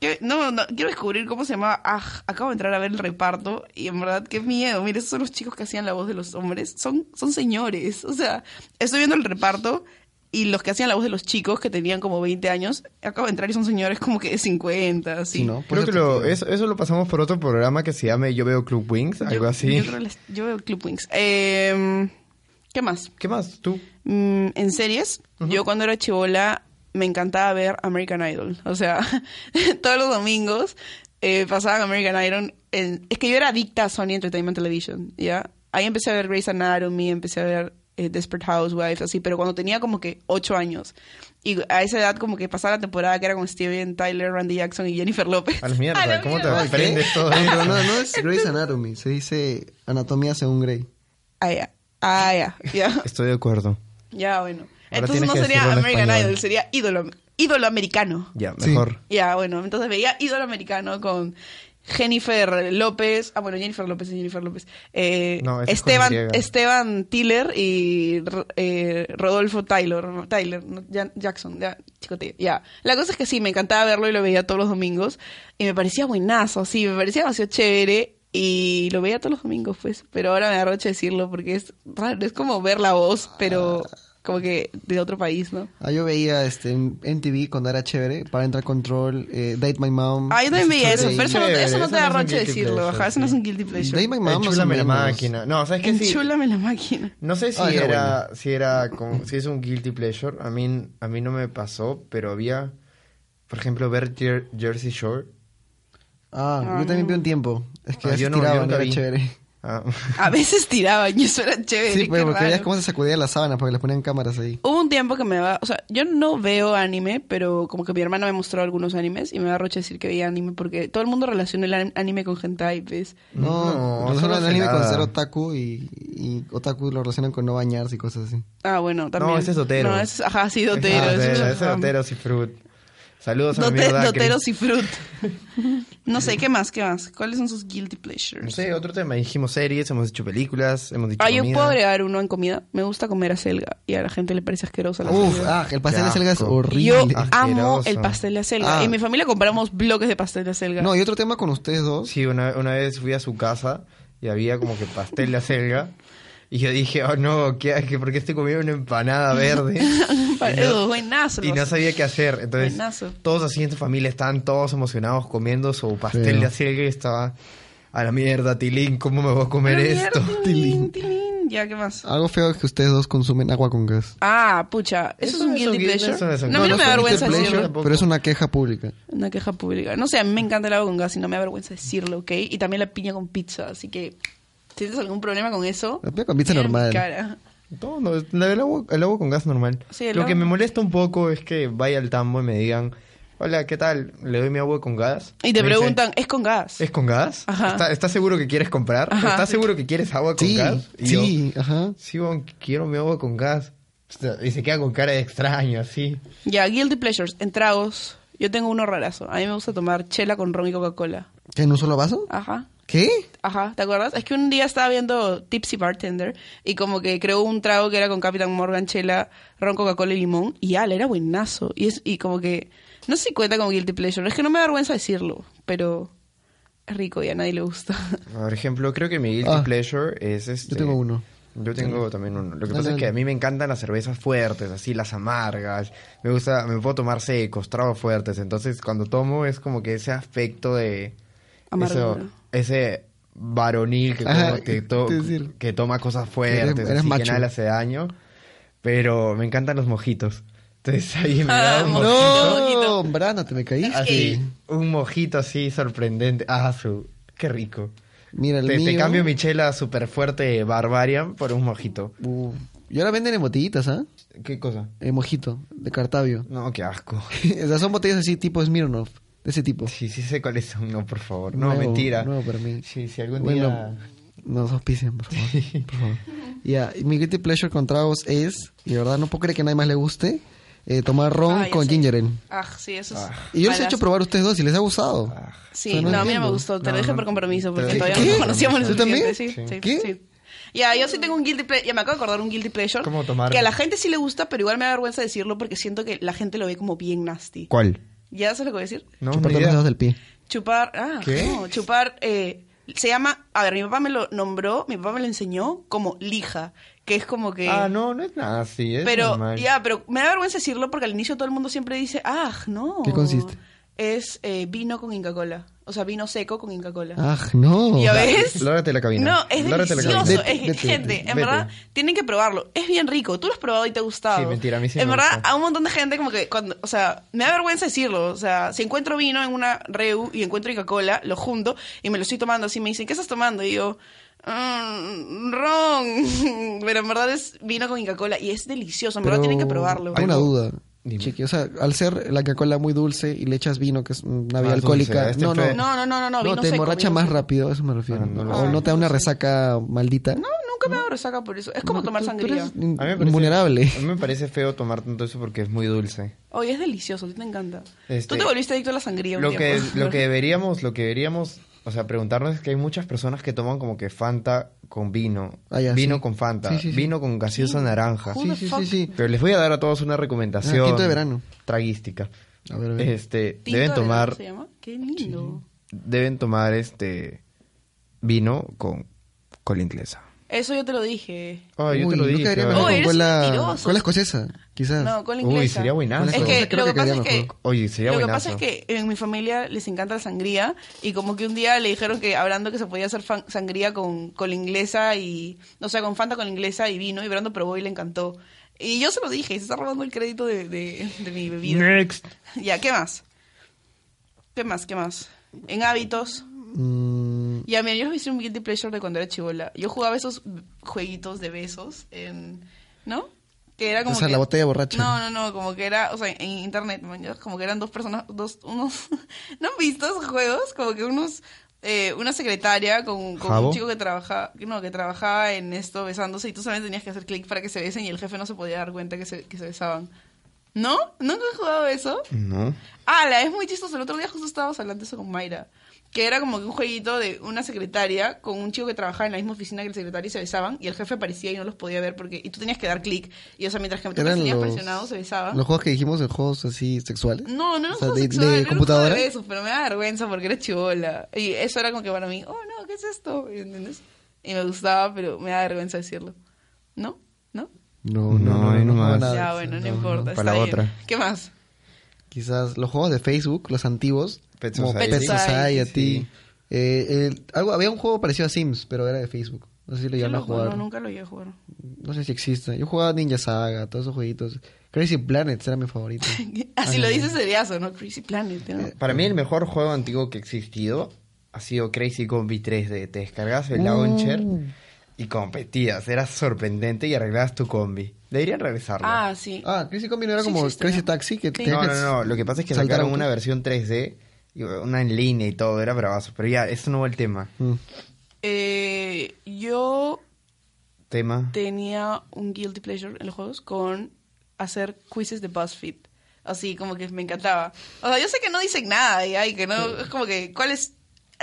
Speaker 2: ¿Qué? No, no, quiero descubrir cómo se llamaba. Ah, acabo de entrar a ver el reparto y en verdad, qué miedo. Mira, esos son los chicos que hacían la voz de los hombres. Son, son señores. O sea, estoy viendo el reparto y los que hacían la voz de los chicos que tenían como 20 años, acabo de entrar y son señores como que de 50, así.
Speaker 3: Sí, ¿no?
Speaker 1: Creo
Speaker 3: Por
Speaker 1: que
Speaker 3: eso
Speaker 1: lo,
Speaker 3: te-
Speaker 1: eso, eso lo pasamos por otro programa que se llama Yo veo Club Wings,
Speaker 2: Yo-
Speaker 1: algo así.
Speaker 2: Yo, creo las- yo veo Club Wings. Eh, ¿Qué más?
Speaker 1: ¿Qué más? ¿Tú?
Speaker 2: Mm, en series, yo cuando era chivola me encantaba ver American Idol. O sea, todos los domingos eh, pasaban American Idol. en- es que yo era adicta a Sony Entertainment Television, ¿ya? Ahí empecé a ver Grey's Anatomy, empecé a ver eh, Desperate Housewives, así, pero cuando tenía como que ocho años. Y a esa edad como que pasaba la temporada que era con Steven Tyler, Randy Jackson y Jennifer López.
Speaker 1: A la mierda,
Speaker 2: A la
Speaker 1: ¿cómo
Speaker 2: mierda.
Speaker 1: te aprendes todo
Speaker 3: No,
Speaker 1: eso?
Speaker 3: pero no, no es Grey's Anatomy, se dice Anatomía según Grey.
Speaker 2: Ah, ya. Ah, ya. Ya.
Speaker 1: Estoy de acuerdo.
Speaker 2: Ya, bueno.
Speaker 1: Ahora
Speaker 2: Entonces
Speaker 1: tienes
Speaker 2: no
Speaker 1: que
Speaker 2: sería
Speaker 1: decirlo en
Speaker 2: American
Speaker 1: español.
Speaker 2: Idol, sería ídolo, ídolo americano.
Speaker 1: Ya,
Speaker 3: Sí.
Speaker 1: mejor.
Speaker 2: Ya, bueno, entonces veía ídolo americano con Jennifer López, ah, bueno, Jennifer López, es Jennifer López, eh,
Speaker 1: No, esa es con
Speaker 2: Esteban,
Speaker 1: Y.
Speaker 2: Esteban Tiller y R- eh, Rodolfo Tyler, Tyler, no, Jan- Jackson, ya, chicote, ya. La cosa es que sí, me encantaba verlo y lo veía todos los domingos y me parecía buenazo, sí, me parecía demasiado chévere y lo veía todos los domingos, pues, pero ahora me da roche decirlo porque es raro, es como ver la voz, pero
Speaker 1: Ah.
Speaker 2: como que de otro país, ¿no?
Speaker 3: Ah, yo veía este, en MTV cuando era chévere, para entrar control, eh, Date My Mom.
Speaker 2: Ah, yo también veía eso,
Speaker 3: Disney
Speaker 2: pero eso no,
Speaker 1: chévere,
Speaker 2: eso no
Speaker 1: eso
Speaker 2: te da
Speaker 1: no es un
Speaker 2: roche
Speaker 1: guilty
Speaker 2: decirlo,
Speaker 1: pleasure,
Speaker 2: ajá, eso no es
Speaker 1: sí.
Speaker 2: un guilty pleasure.
Speaker 3: Date My Mom, más o
Speaker 1: Enchúlame la
Speaker 3: menos.
Speaker 1: máquina. No, ¿sabes qué? Sí,
Speaker 2: Enchúlame la máquina.
Speaker 1: no sé si
Speaker 3: Ah, esa
Speaker 1: era,
Speaker 3: buena.
Speaker 1: si era como- si es un guilty pleasure. A mí, a mí no me pasó, pero había, por ejemplo, ver Jer- Jersey Shore.
Speaker 3: Ah, yo también vi un tiempo. Es que
Speaker 1: Ah,
Speaker 3: ya
Speaker 1: yo
Speaker 3: se
Speaker 1: no, yo
Speaker 3: tiraban,
Speaker 1: nunca
Speaker 3: era
Speaker 1: vi.
Speaker 3: chévere.
Speaker 1: Ah.
Speaker 2: A veces tiraban y eso era chévere.
Speaker 3: Sí,
Speaker 2: qué
Speaker 3: pero porque
Speaker 2: raro.
Speaker 3: veías cómo se sacudía la sábana porque les ponían cámaras ahí.
Speaker 2: Hubo un tiempo que me daba, o sea, yo no veo anime, pero como que mi hermana me mostró algunos animes y me da roche decir que veía anime porque todo el mundo relaciona el an- anime con hentai, ¿ves?
Speaker 3: No,
Speaker 1: No,
Speaker 3: no
Speaker 1: eso no
Speaker 3: solo el
Speaker 1: hace
Speaker 3: anime con
Speaker 1: nada.
Speaker 3: ser otaku y, y otaku lo relacionan con no bañarse y cosas así.
Speaker 2: Ah, bueno, también.
Speaker 1: ese es dotero.
Speaker 2: No, ese es, ajá, sí, dotero.
Speaker 1: Ah,
Speaker 2: eso es-
Speaker 1: Dotero, ese
Speaker 2: ajá.
Speaker 1: Doteros y Fruit. Saludos a mi
Speaker 2: Dote-
Speaker 1: amigo Dacri.
Speaker 2: doteros y fruit. no sé, ¿qué más? ¿Qué más? ¿Cuáles son sus guilty pleasures?
Speaker 1: No sé, otro tema. Dijimos series, hemos hecho películas, hemos dicho
Speaker 2: Ah, yo
Speaker 1: comida.
Speaker 2: puedo agregar uno en comida. Me gusta comer acelga y a la gente le parece asquerosa la
Speaker 3: Uf,
Speaker 2: acelga.
Speaker 3: ah, el pastel de
Speaker 1: Qué
Speaker 3: selga es
Speaker 1: asco.
Speaker 2: Y
Speaker 3: horrible.
Speaker 2: yo
Speaker 1: horrible.
Speaker 2: amo
Speaker 1: Asqueroso.
Speaker 2: el pastel de acelga.
Speaker 3: Ah.
Speaker 2: En mi familia compramos bloques de pastel de acelga.
Speaker 3: No, y otro tema con ustedes dos.
Speaker 1: Sí, una, una vez fui a su casa y había como que pastel de acelga. Y yo dije, oh no, ¿qué, que ¿por qué estoy comiendo una empanada verde?
Speaker 2: Para-
Speaker 1: Y no-
Speaker 2: Ew, buenazo,
Speaker 1: y
Speaker 2: lo
Speaker 1: no
Speaker 2: hace.
Speaker 1: sabía qué hacer. Entonces,
Speaker 2: Buenazo.
Speaker 1: todos así en su familia estaban todos emocionados comiendo su pastel
Speaker 3: Feo.
Speaker 1: de acelga y estaba a la mierda, Tilín, ¿cómo me voy a comer
Speaker 2: Pero mierda,
Speaker 1: esto?
Speaker 2: tilín, tilín. Ya, ¿qué más?
Speaker 3: Algo feo es que ustedes dos consumen agua con gas.
Speaker 2: Ah, pucha, eso, es un guilty pleasure.
Speaker 1: eso no es un
Speaker 2: no, a mí
Speaker 1: guilty
Speaker 2: no me da
Speaker 1: pleasure.
Speaker 2: vergüenza
Speaker 1: Guilty pleasure.
Speaker 2: decirlo.
Speaker 1: tampoco.
Speaker 3: Pero es una queja pública.
Speaker 2: Una queja pública. No sé, a mí me encanta el agua con gas y no me da vergüenza decirlo, ¿ok? Y también la piña con pizza, así que... ¿Tienes algún problema con eso?
Speaker 3: La piña con pizza
Speaker 2: Mira mi
Speaker 3: normal.
Speaker 2: cara.
Speaker 1: No, no, es- la- el, agua, el agua con gas normal.
Speaker 2: Sí, el
Speaker 1: Lo que
Speaker 2: agua-
Speaker 1: me molesta un poco es que vaya al tambo y me digan, hola, ¿qué tal? Le doy mi agua con gas.
Speaker 2: Y te
Speaker 1: Me dicen,
Speaker 2: preguntan, ¿es con gas?
Speaker 1: ¿Es con gas?
Speaker 2: Ajá.
Speaker 1: ¿Está- ¿Estás seguro que quieres comprar?
Speaker 2: Ajá.
Speaker 1: ¿Estás seguro que quieres agua con
Speaker 3: Sí,
Speaker 1: gas? Y
Speaker 3: sí,
Speaker 1: yo,
Speaker 3: ajá.
Speaker 1: sí, bon, quiero mi agua con gas. O sea, Y se queda con cara de extraño, así.
Speaker 2: Ya, guilty pleasures. En tragos, yo tengo uno rarazo. A mí me gusta tomar chela con ron y Coca-Cola.
Speaker 3: ¿Que ¿En un solo vaso?
Speaker 2: Ajá.
Speaker 3: ¿Qué?
Speaker 2: Ajá, ¿te acuerdas? Es que un día estaba viendo Tipsy Bartender y como que creó un trago que era con Capitán Morgan, chela, ron, Coca-Cola y limón. Y ala, era buenazo. Y, es, y como que, no sé si cuenta como guilty pleasure, es que no me da vergüenza decirlo, pero es rico y a nadie le gusta.
Speaker 1: Por ejemplo, creo que mi guilty
Speaker 3: Ah.
Speaker 1: pleasure es este.
Speaker 3: Yo tengo uno.
Speaker 1: Yo tengo también uno. Lo que
Speaker 3: Dale,
Speaker 1: pasa es que
Speaker 3: dale.
Speaker 1: a mí me encantan las cervezas fuertes, así las amargas. Me gusta, me puedo tomar secos, tragos fuertes. Entonces, cuando tomo es como que ese aspecto de
Speaker 3: Amargura.
Speaker 1: eso- ese varonil que,
Speaker 3: Ajá,
Speaker 1: como que, to-
Speaker 3: te decir.
Speaker 1: que toma cosas fuertes,
Speaker 3: Eres- eres
Speaker 1: así
Speaker 3: macho.
Speaker 1: que nada le hace daño. Pero me encantan los mojitos. Entonces ahí me da un
Speaker 3: Ah, no,
Speaker 1: mojito.
Speaker 3: Brana, te me caíste.
Speaker 1: Así, un mojito así sorprendente. Ah, su, qué rico.
Speaker 3: Mira, el
Speaker 1: Te, te
Speaker 3: mío-
Speaker 1: cambio mi chela super fuerte Barbarian por un mojito.
Speaker 3: Uh, y ahora venden en botellitas, ¿ah?
Speaker 1: ¿Qué cosa?
Speaker 3: En mojito, de Cartavio.
Speaker 1: No, qué asco.
Speaker 3: o sea, son botellas así tipo Smirnoff, de ese tipo.
Speaker 1: Sí, sí sé cuáles son. No, por favor. No,
Speaker 3: Nuevo,
Speaker 1: mentira.
Speaker 3: nuevo para mí.
Speaker 1: Sí, si algún
Speaker 3: Bueno,
Speaker 1: día...
Speaker 3: nos auspician, por favor. por favor. Ya, y mi guilty pleasure con tragos es, y de verdad no puedo creer que a nadie más le guste, eh, tomar ron
Speaker 2: Ah, ya
Speaker 3: con
Speaker 2: sé.
Speaker 3: ginger ale.
Speaker 2: Ah, sí, eso es.
Speaker 3: Y yo les he
Speaker 2: balazo.
Speaker 3: hecho probar a ustedes dos y les ha gustado.
Speaker 1: Ah,
Speaker 2: Sí,
Speaker 3: O sea,
Speaker 2: no, a mí no
Speaker 3: entiendo.
Speaker 2: me gustó. Te
Speaker 1: No,
Speaker 2: lo dije
Speaker 1: no.
Speaker 2: por compromiso porque
Speaker 1: ¿Qué?
Speaker 2: todavía
Speaker 1: ¿Qué?
Speaker 2: no nos conocíamos lo
Speaker 1: ¿Tú
Speaker 2: suficiente.
Speaker 3: también?
Speaker 2: Sí, sí,
Speaker 3: ¿Qué?
Speaker 2: sí. Ya, yo sí tengo un guilty pleasure. Ya me acabo de acordar un guilty pleasure.
Speaker 1: ¿Cómo tomar?
Speaker 2: Que a la gente sí le gusta, pero igual me da vergüenza decirlo porque siento que la gente lo ve como bien nasty.
Speaker 1: ¿Cuál?
Speaker 2: ¿Ya sabes lo que voy a decir?
Speaker 1: No,
Speaker 3: Chuparte
Speaker 1: ni
Speaker 3: los
Speaker 1: idea.
Speaker 3: dedos del pie.
Speaker 2: Chupar, ah,
Speaker 1: ¿Qué?
Speaker 2: no, chupar, eh, se llama, a ver, mi papá me lo nombró, mi papá me lo enseñó como lija, que es como que...
Speaker 1: Ah, no, no es nada así. Es
Speaker 2: pero,
Speaker 1: normal.
Speaker 2: ya, pero me da vergüenza decirlo porque al inicio todo el mundo siempre dice, ah, no.
Speaker 3: ¿Qué consiste?
Speaker 2: Es eh, vino con Inca Cola, o sea, vino seco con Inca Cola.
Speaker 3: Ah, no.
Speaker 2: ¿Ya ves?
Speaker 1: Lárgate de la cabina.
Speaker 2: No, es
Speaker 1: Lárgate de la cabina.
Speaker 2: delicioso. Es-
Speaker 3: Vete, vete,
Speaker 2: gente, en
Speaker 1: vete.
Speaker 2: verdad, tienen que probarlo. Es bien rico. Tú lo has probado y te ha gustado.
Speaker 1: Sí, mentira, a mí sí
Speaker 2: En
Speaker 1: me
Speaker 2: verdad,
Speaker 1: gusta.
Speaker 2: a un montón de gente como que, cuando, o sea, me da vergüenza decirlo. O sea, si encuentro vino en una reu y encuentro Coca-Cola, lo junto y me lo estoy tomando así. Me dicen, ¿qué estás tomando? Y yo... "Mm, ron, pero en verdad es vino con Coca-Cola y es delicioso, en verdad tienen que probarlo.
Speaker 3: Tengo una duda.
Speaker 1: Dime.
Speaker 3: Chiqui, o sea, al ser la Coca-Cola muy dulce y le echas vino, que es una bebida
Speaker 1: Ah, dulce,
Speaker 3: alcohólica.
Speaker 1: este
Speaker 3: no, no,
Speaker 1: fue-
Speaker 2: No, no, no, no, no, vino
Speaker 3: te
Speaker 2: seco,
Speaker 3: emborracha
Speaker 2: vino
Speaker 3: más
Speaker 2: seco.
Speaker 3: rápido, a eso me refiero.
Speaker 1: Ah, no lo
Speaker 3: o
Speaker 1: sé.
Speaker 3: no te da una resaca maldita.
Speaker 2: No, nunca me he dado resaca por eso. Es como tomar
Speaker 3: tú- tú
Speaker 2: sangría.
Speaker 3: eres in-
Speaker 1: A mí me parece-
Speaker 3: Vulnerable.
Speaker 1: A mí me parece feo tomar tanto eso porque es muy dulce.
Speaker 2: Oye, es delicioso, a ti te encanta.
Speaker 1: Este,
Speaker 2: Tú te volviste adicto a la sangría. un
Speaker 1: Lo que,
Speaker 2: tiempo.
Speaker 1: lo que deberíamos, lo que deberíamos, o sea, preguntarnos es que hay muchas personas que toman como que Fanta con vino,
Speaker 3: Ah, ya,
Speaker 1: vino
Speaker 3: sí.
Speaker 1: con Fanta,
Speaker 3: Sí, sí, sí.
Speaker 1: vino con gaseosa naranja.
Speaker 2: Who the
Speaker 3: Sí, sí,
Speaker 2: fuck?
Speaker 3: sí, sí.
Speaker 1: Pero les voy a dar a todos una recomendación.
Speaker 3: Ah, tinto de verano.
Speaker 1: Traguística.
Speaker 3: A ver, a ver.
Speaker 1: Este,
Speaker 2: Tinto
Speaker 1: deben
Speaker 2: de verano
Speaker 1: tomar,
Speaker 2: se llama. Qué lindo.
Speaker 1: deben tomar este vino con cola inglesa.
Speaker 2: Eso yo te lo dije.
Speaker 1: Ay, Ah, yo
Speaker 3: Uy,
Speaker 1: te lo
Speaker 3: nunca
Speaker 1: dije.
Speaker 3: deberíamos
Speaker 1: ay.
Speaker 2: Oh,
Speaker 3: con
Speaker 2: eres
Speaker 3: cola,
Speaker 2: mentiroso.
Speaker 3: cola escocesa, quizás.
Speaker 2: No, con la
Speaker 1: Uy,
Speaker 2: inglesa.
Speaker 1: sería buenazo.
Speaker 2: Es que
Speaker 3: Creo
Speaker 2: lo que,
Speaker 3: que
Speaker 2: pasa es
Speaker 3: quería
Speaker 2: que...
Speaker 3: mejor.
Speaker 1: Oye, sería
Speaker 2: lo que
Speaker 1: buenazo.
Speaker 2: pasa es que en mi familia les encanta la sangría y como que un día le dijeron que hablando que se podía hacer fan- sangría con, con la inglesa y... O sea, con Fanta con la inglesa y vino y Brando probó y le encantó. Y yo se lo dije, se está robando el crédito de, de- de mi bebida.
Speaker 1: Next.
Speaker 2: Ya, ¿qué más? ¿Qué más? ¿Qué más? En hábitos.
Speaker 3: Mm,
Speaker 2: Ya, mira, yo les hice un guilty pleasure de cuando era chivola. Yo jugaba esos jueguitos de besos en... ¿No? Que era como
Speaker 3: O sea,
Speaker 2: que-
Speaker 3: la botella borracha.
Speaker 2: No, no, no, como que era, o sea, en internet, man, ya, como que eran dos personas, dos, unos, ¿no han visto esos juegos? Como que unos, eh, una secretaria con, con
Speaker 1: ¿Jabo?
Speaker 2: un chico que trabajaba, no, que trabajaba en esto besándose y tú solamente tenías que hacer clic para que se besen y el jefe no se podía dar cuenta que se, que se besaban. ¿No? ¿Nunca han jugado eso?
Speaker 1: No.
Speaker 2: la es muy chistoso. El otro día justo estábamos hablando de eso con Mayra. Que era como que un jueguito de una secretaria con un chico que trabajaba en la misma oficina que el secretario y se besaban. Y el jefe aparecía y no los podía ver porque... Y tú tenías que dar clic. Y o sea, mientras que tú
Speaker 3: eran
Speaker 2: tenías
Speaker 3: los,
Speaker 2: presionado, se besaban.
Speaker 3: los juegos que dijimos, los juegos así sexuales.
Speaker 2: No, no era un
Speaker 3: O sea,
Speaker 2: juego
Speaker 3: de-
Speaker 2: sexual, era un juego
Speaker 3: de
Speaker 2: de
Speaker 3: computadora.
Speaker 2: besos, pero me da vergüenza porque era chivola. Y eso era como que para mí, oh no, ¿qué es esto? ¿Entiendes? Y me gustaba, pero me da vergüenza decirlo. ¿No? ¿No?
Speaker 3: No,
Speaker 1: No, ahí nomás.
Speaker 3: juego
Speaker 2: ya,
Speaker 3: nada de
Speaker 2: bueno,
Speaker 3: eso,
Speaker 2: no, importa.
Speaker 1: para
Speaker 2: está
Speaker 1: la
Speaker 2: bien.
Speaker 1: otra.
Speaker 2: ¿Qué más?
Speaker 3: Quizás los juegos de Facebook, los antiguos.
Speaker 1: Pet
Speaker 3: como
Speaker 1: Society.
Speaker 3: Pet
Speaker 2: Pet
Speaker 3: Society.
Speaker 1: Society.
Speaker 3: Eh, el- algo, había un juego parecido a Sims, pero era de Facebook. No sé si lo
Speaker 2: Qué
Speaker 3: llegaron a
Speaker 2: loco,
Speaker 3: jugar.
Speaker 2: No, nunca lo llegué a jugar.
Speaker 3: No sé si existe. Yo jugaba Ninja Saga, todos esos jueguitos. Crazy Planet era mi favorito. Ah.
Speaker 2: Así lo dices seriazo, ¿no? Crazy Planet, ¿no?
Speaker 1: Eh, Para mí el mejor juego antiguo que ha existido ha sido Crazy Combi 3D. Te descargabas el launcher y competías. Era sorprendente y arreglabas tu combi. Deberían regresarlo.
Speaker 2: Ah, sí.
Speaker 3: Ah, Crazy Combi no era
Speaker 2: Sí
Speaker 3: como
Speaker 2: existe,
Speaker 3: Crazy
Speaker 2: ¿no?
Speaker 3: Taxi. Que
Speaker 2: Sí.
Speaker 3: tenía
Speaker 1: no,
Speaker 3: que
Speaker 1: no, no. Lo que pasa es que
Speaker 3: saltar
Speaker 1: sacaron
Speaker 3: auto.
Speaker 1: una versión 3D, y una en línea y todo. Era bravazo. Pero ya, eso no fue el tema.
Speaker 3: Mm.
Speaker 2: Eh, yo
Speaker 1: Tema.
Speaker 2: tenía un guilty pleasure en los juegos con hacer quizzes de BuzzFeed. Así como que me encantaba. O sea, yo sé que no dicen nada y ay, que no, es como que, ¿cuál es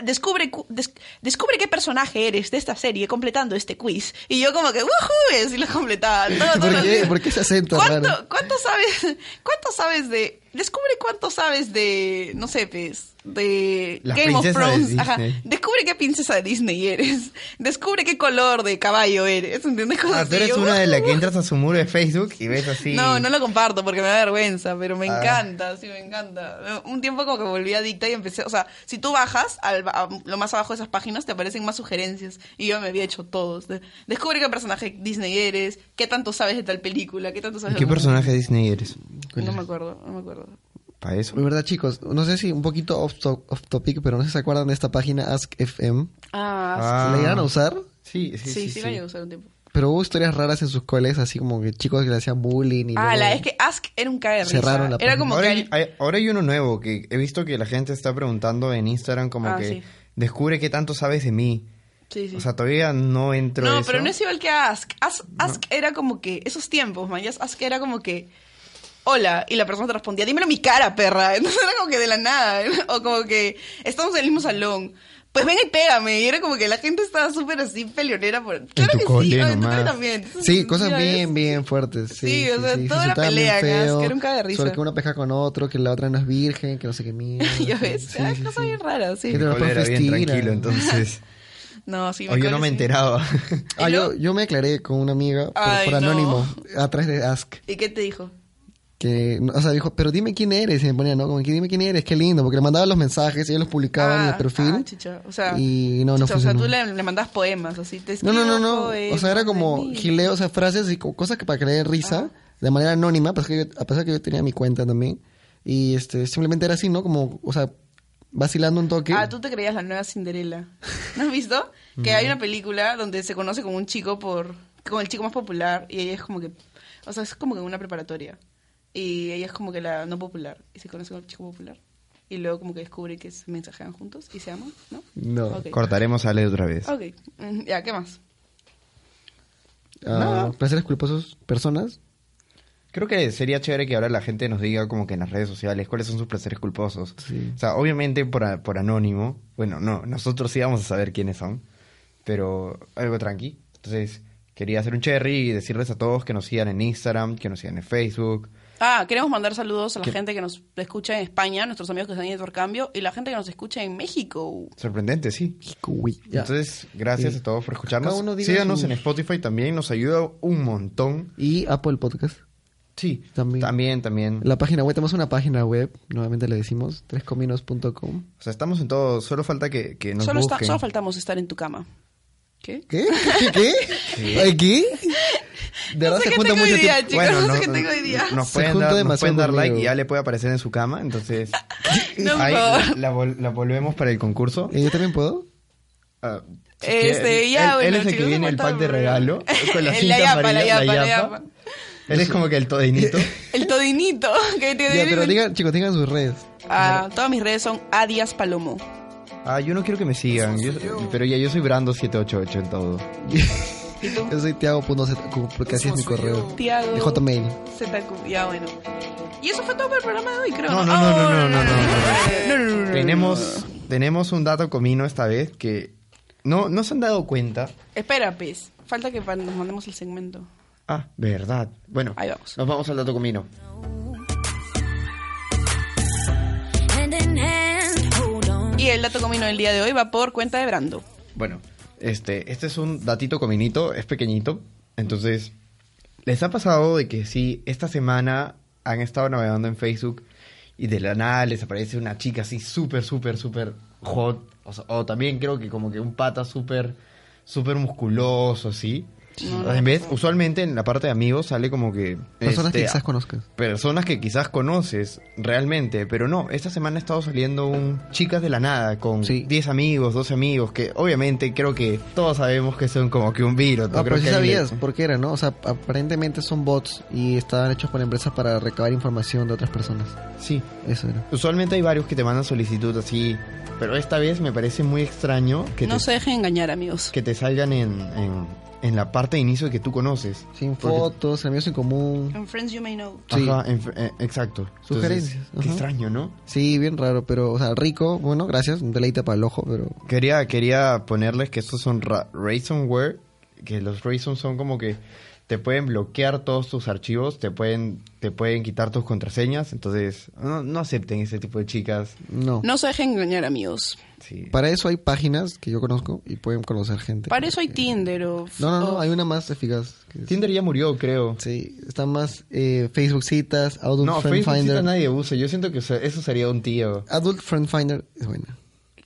Speaker 2: Descubre, cu- des- descubre qué personaje eres de esta serie completando este quiz. Y yo como que, ¡wujú! Y así lo completaba. Todo, todo
Speaker 3: ¿Por, qué,
Speaker 2: así.
Speaker 3: ¿Por qué ese acento raro?
Speaker 2: ¿Cuánto, cuánto sabes? ¿Cuánto sabes de? Descubre cuánto sabes de, no sé, pues, de
Speaker 3: La
Speaker 2: Game of
Speaker 3: princesa de
Speaker 2: Thrones. Ajá.
Speaker 3: Disney.
Speaker 2: Descubre qué princesa de Disney eres. Descubre qué color de caballo eres. ¿Entiendes? Cosas
Speaker 1: Ah, tú
Speaker 2: así.
Speaker 1: eres
Speaker 2: Yo,
Speaker 1: una de las
Speaker 2: ¡uh!
Speaker 1: que entras a su muro de Facebook y ves así.
Speaker 2: No, no lo comparto porque me da vergüenza, pero me
Speaker 1: Ah.
Speaker 2: encanta, sí, me encanta. Un tiempo como que volví adicta y empecé, o sea, si tú bajas al, ba- a lo más abajo de esas páginas, te aparecen más sugerencias y yo me había hecho todos. De- descubre qué personaje Disney eres, qué tanto sabes de tal película, qué tanto sabes
Speaker 1: ¿Qué
Speaker 2: de
Speaker 1: personaje Disney eres?
Speaker 2: No me acuerdo, no me acuerdo.
Speaker 1: Para eso.
Speaker 3: De verdad, chicos, no sé si un poquito off, to- off topic, pero no sé si se acuerdan de esta página Ask FM.
Speaker 2: Ah,
Speaker 3: ¿Se la llegaron a usar?
Speaker 1: Sí,
Speaker 2: sí, sí, sí, la llegué a usar un tiempo.
Speaker 3: Pero hubo historias raras en sus coles, así como que chicos que le hacían bullying y
Speaker 2: Ah,
Speaker 3: luego-
Speaker 2: la, es que Ask era un caer.
Speaker 3: Cerraron la
Speaker 2: Era como
Speaker 1: ahora,
Speaker 2: que...
Speaker 1: hay, hay- ahora hay uno nuevo que he visto que la gente está preguntando en Instagram como
Speaker 2: Ah,
Speaker 1: que
Speaker 2: sí.
Speaker 1: descubre qué tanto sabes de mí.
Speaker 2: Sí, sí.
Speaker 1: O sea, todavía no entro
Speaker 2: No,
Speaker 1: eso.
Speaker 2: pero no es igual que Ask. Ask, Ask era como que, esos tiempos, man, ya Ask era como que, hola, y la persona te respondía, dímelo en mi cara, perra. Entonces era como que de la nada, o como que, estamos en el mismo salón. Pues ven y pégame. Y era como que la gente estaba súper así peleonera. Por... Claro
Speaker 3: tu
Speaker 2: que sí,
Speaker 3: cole
Speaker 2: ay, tú
Speaker 3: nomás.
Speaker 2: crees también.
Speaker 3: Sí, cosas
Speaker 2: ¿Ya ves?
Speaker 3: bien, bien fuertes. Sí,
Speaker 2: Sí, o sea,
Speaker 3: sí,
Speaker 2: toda
Speaker 3: se
Speaker 2: la
Speaker 3: insultaban bien
Speaker 2: pelea, que
Speaker 3: feo,
Speaker 2: era un caga de risa.
Speaker 3: Sobre que uno peja con otro, que la otra no es virgen, que no sé qué mierda.
Speaker 2: ¿Ya ves?
Speaker 3: Sí,
Speaker 2: Ah,
Speaker 3: sí,
Speaker 2: cosas
Speaker 3: sí.
Speaker 2: bien raras, sí.
Speaker 3: Que te
Speaker 1: Mi
Speaker 3: lo
Speaker 1: cole era bien
Speaker 3: profestiran.
Speaker 1: tranquilo, entonces.
Speaker 2: No, sí,
Speaker 1: o yo no me
Speaker 2: sí.
Speaker 1: enteraba.
Speaker 3: Ah, yo, yo me aclaré con una amiga por,
Speaker 2: Ay,
Speaker 3: por
Speaker 2: no.
Speaker 3: anónimo, a través de Ask.
Speaker 2: ¿Y qué te dijo?
Speaker 3: Que, no, o sea, dijo, pero dime quién eres. Y me ponía, ¿no? Como que dime quién eres, qué lindo. Porque le mandaban los mensajes, ellos los publicaban en el
Speaker 2: Ah,
Speaker 3: perfil.
Speaker 2: ah, chucha, o sea,
Speaker 3: y no, no
Speaker 2: chucha, o sea,
Speaker 3: funcionó.
Speaker 2: tú le, le mandabas poemas, así. Te
Speaker 3: No, no, no,
Speaker 2: escribo
Speaker 3: no. O
Speaker 2: poemas
Speaker 3: sea, era
Speaker 2: de
Speaker 3: como
Speaker 2: mí.
Speaker 3: gileos, o sea, frases y co- cosas que para creer risa, de manera anónima, pues, que yo- a pesar que yo tenía mi cuenta también. Y este, simplemente era así, ¿no? Como, o sea, vacilando un toque.
Speaker 2: Ah, tú te creías la nueva Cinderela. ¿No has visto? Que hay una película donde se conoce con un chico por... Con el chico más popular y ella es como que... O sea, es como que una preparatoria. Y ella es como que la no popular. Y se conoce con el chico popular. Y luego como que descubre que se mensajean juntos y se aman, ¿no?
Speaker 1: No,
Speaker 2: Ok.
Speaker 1: cortaremos a Ale otra vez.
Speaker 2: Ok. Mm, Ya, ¿qué más?
Speaker 3: Ah, Placeres culposos, personas.
Speaker 1: Creo que sería chévere que ahora la gente nos diga como que en las redes sociales cuáles son sus placeres culposos. O sea, obviamente por, a- por anónimo. Bueno, no, nosotros sí vamos a saber quiénes son. Pero algo tranqui. Entonces, quería hacer un cherry y decirles a todos que nos sigan en Instagram, que nos sigan en Facebook.
Speaker 2: Ah, queremos mandar saludos a la
Speaker 1: ¿Qué?
Speaker 2: gente que nos escucha en España, nuestros amigos que están en intercambio, y la gente que nos escucha en México.
Speaker 1: Sorprendente, sí.
Speaker 3: Ya.
Speaker 1: Entonces, gracias
Speaker 3: Sí.
Speaker 1: a todos por escucharnos.
Speaker 3: Cada uno diga
Speaker 1: Síganos
Speaker 3: sus-
Speaker 1: en Spotify también, nos ayuda un montón.
Speaker 3: Y Apple Podcast.
Speaker 1: Sí,
Speaker 3: También.
Speaker 1: también, también.
Speaker 3: La página web, tenemos una página web, nuevamente le decimos, trescominos.com.
Speaker 1: O sea, estamos en todo, solo falta que, que nos
Speaker 2: Solo, está-
Speaker 1: busquen.
Speaker 2: solo faltamos estar en tu cama. ¿Qué?
Speaker 3: ¿Qué? ¿Qué? ¿Qué? Ay, ¿Qué? De
Speaker 2: No
Speaker 3: verdad
Speaker 2: sé
Speaker 3: se
Speaker 2: qué
Speaker 3: junta
Speaker 2: tengo
Speaker 3: mucho
Speaker 2: hoy día,
Speaker 3: tiempo.
Speaker 2: chicos.
Speaker 1: Bueno,
Speaker 2: no sé
Speaker 1: no-
Speaker 2: qué tengo hoy día.
Speaker 1: Nos
Speaker 3: Se
Speaker 1: pueden
Speaker 3: junta
Speaker 1: dar, nos
Speaker 3: demasiado
Speaker 1: pueden dar like
Speaker 3: conmigo.
Speaker 1: y ya le puede aparecer en su cama, entonces
Speaker 2: No,
Speaker 1: ahí
Speaker 2: por favor.
Speaker 1: la, vol- la volvemos para el concurso.
Speaker 3: Eh, ¿Yo también puedo?
Speaker 1: Ah, si
Speaker 2: Este,
Speaker 1: quiere-
Speaker 2: ya,
Speaker 1: él,
Speaker 2: bueno,
Speaker 1: él es el que
Speaker 2: chicos,
Speaker 1: viene
Speaker 2: hemos
Speaker 1: el pack
Speaker 2: estado
Speaker 1: de regalo con la
Speaker 2: La
Speaker 1: cinta
Speaker 2: yapa, la
Speaker 1: amarilla,
Speaker 2: yapa, la
Speaker 1: yapa.
Speaker 2: yapa.
Speaker 1: Él es como que el todinito.
Speaker 2: El todinito que te
Speaker 3: Ya, pero digan, chicos, digan sus redes.
Speaker 2: Ah, todas mis redes son Adias Palomo.
Speaker 1: Ah, yo no quiero que me sigan, yo- pero ya yo soy Brando 788 en todo.
Speaker 3: Yo soy Tiago.z, porque así es mi correo.
Speaker 2: Tiago.
Speaker 3: De Hotmail.
Speaker 2: ZQ. Ya, bueno. Y eso fue todo para el programa de hoy, creo. Eh,
Speaker 1: No, no, no, no,
Speaker 2: Oh,
Speaker 1: no, no, no,
Speaker 2: no, no, no, no.
Speaker 1: Tenemos tenemos un dato comino esta vez que no no se han dado cuenta.
Speaker 2: Espera, pues. Falta que pa- nos mandemos el segmento.
Speaker 1: Ah, verdad. Bueno,
Speaker 2: Ahí vamos.
Speaker 1: nos vamos al dato comino.
Speaker 10: Hand in hand, hold on.
Speaker 2: Y el dato comino del día de hoy va por cuenta de Brando.
Speaker 1: Bueno, este, este es un datito cominito, es pequeñito. Entonces, ¿les ha pasado de que si esta semana han estado navegando en Facebook y de la nada les aparece una chica así súper, súper, súper hot? O, sea, o también creo que como que un pata súper, súper musculoso, así. en vez, usualmente en la parte de amigos sale como que...
Speaker 3: Personas que
Speaker 1: este,
Speaker 3: quizás conozcas.
Speaker 1: personas que quizás conoces realmente, pero no, esta semana ha estado saliendo un chicas de la nada con
Speaker 3: Sí.
Speaker 1: 10 amigos, 12 amigos, que obviamente creo que todos sabemos que son como que un virus. ¿no?
Speaker 3: Ah,
Speaker 1: creo
Speaker 3: pero sí
Speaker 1: que alguien le-
Speaker 3: sabías por qué era, ¿no? O sea, aparentemente son bots y estaban hechos por empresas para recabar información de otras personas.
Speaker 1: Sí,
Speaker 3: Eso era.
Speaker 1: usualmente hay varios que te mandan solicitud así, pero esta vez me parece muy extraño que,
Speaker 2: No
Speaker 1: te,
Speaker 2: se dejen engañar, amigos.
Speaker 1: que te salgan en, en, en la parte de inicio que tú conoces.
Speaker 3: Sin
Speaker 1: Porque-
Speaker 3: fotos, amigos en común.
Speaker 2: And friends you may know.
Speaker 3: Sí.
Speaker 1: Ajá, en- eh, exacto. Entonces,
Speaker 3: Sugerencias,
Speaker 1: qué
Speaker 3: ajá.
Speaker 1: extraño, ¿no?
Speaker 3: Sí, bien raro, pero, o sea, rico, bueno, gracias, un deleite para el ojo, pero...
Speaker 1: Quería, quería ponerles que estos son ra- ransomware, que los ransom son como que te pueden bloquear todos tus archivos, te pueden, te pueden quitar tus contraseñas, entonces no, no acepten ese tipo de chicas.
Speaker 3: No.
Speaker 2: No se dejen engañar, amigos.
Speaker 3: Para eso hay páginas que yo conozco y pueden conocer gente. Eh,
Speaker 2: Para eso hay Tinder o...
Speaker 3: No, no, no,
Speaker 2: o-
Speaker 3: hay una más eficaz.
Speaker 1: Tinder ya murió, creo.
Speaker 3: Sí, están más eh, Facebook citas, Adult
Speaker 1: No,
Speaker 3: Friend
Speaker 1: Facebook
Speaker 3: Finder.
Speaker 1: cita nadie usa, yo siento que o sea, eso sería un tío.
Speaker 3: Adult Friend Finder es buena.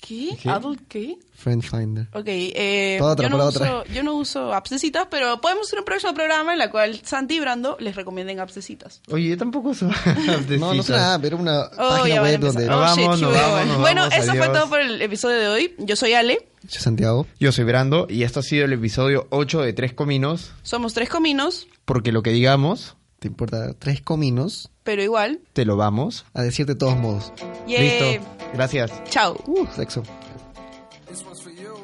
Speaker 2: ¿Qué?
Speaker 1: ¿Qué?
Speaker 2: ¿Adult qué?
Speaker 3: Friend Finder.
Speaker 2: Ok, eh,
Speaker 3: Por otra,
Speaker 2: yo, no
Speaker 3: por
Speaker 2: uso,
Speaker 3: otra.
Speaker 2: yo no uso apps de citas, pero podemos hacer un próximo programa en la cual Santi y Brando les recomienden apps de citas.
Speaker 1: Oye, yo tampoco uso.
Speaker 3: No, no es una app, era una página
Speaker 2: Oh, ya van a
Speaker 3: web
Speaker 2: empezar.
Speaker 3: donde...
Speaker 1: Nos
Speaker 2: Oh, shit,
Speaker 1: vamos, nos
Speaker 2: here we go.
Speaker 1: vamos, nos
Speaker 2: bueno,
Speaker 1: vamos,
Speaker 2: eso fue
Speaker 1: adiós.
Speaker 2: todo por el episodio de hoy. Yo soy Ale,
Speaker 3: Yo, Santiago.
Speaker 1: Yo soy Brando y este ha sido el episodio 8 de Tres Cominos,
Speaker 2: somos tres cominos,
Speaker 1: porque lo que digamos,
Speaker 3: Te importa tres cominos
Speaker 2: pero igual.
Speaker 1: te lo vamos.
Speaker 3: a decir de todos modos.
Speaker 2: Yeah.
Speaker 1: Listo. Gracias.
Speaker 2: Chao.
Speaker 3: Uh, sexo.
Speaker 8: This one's for you.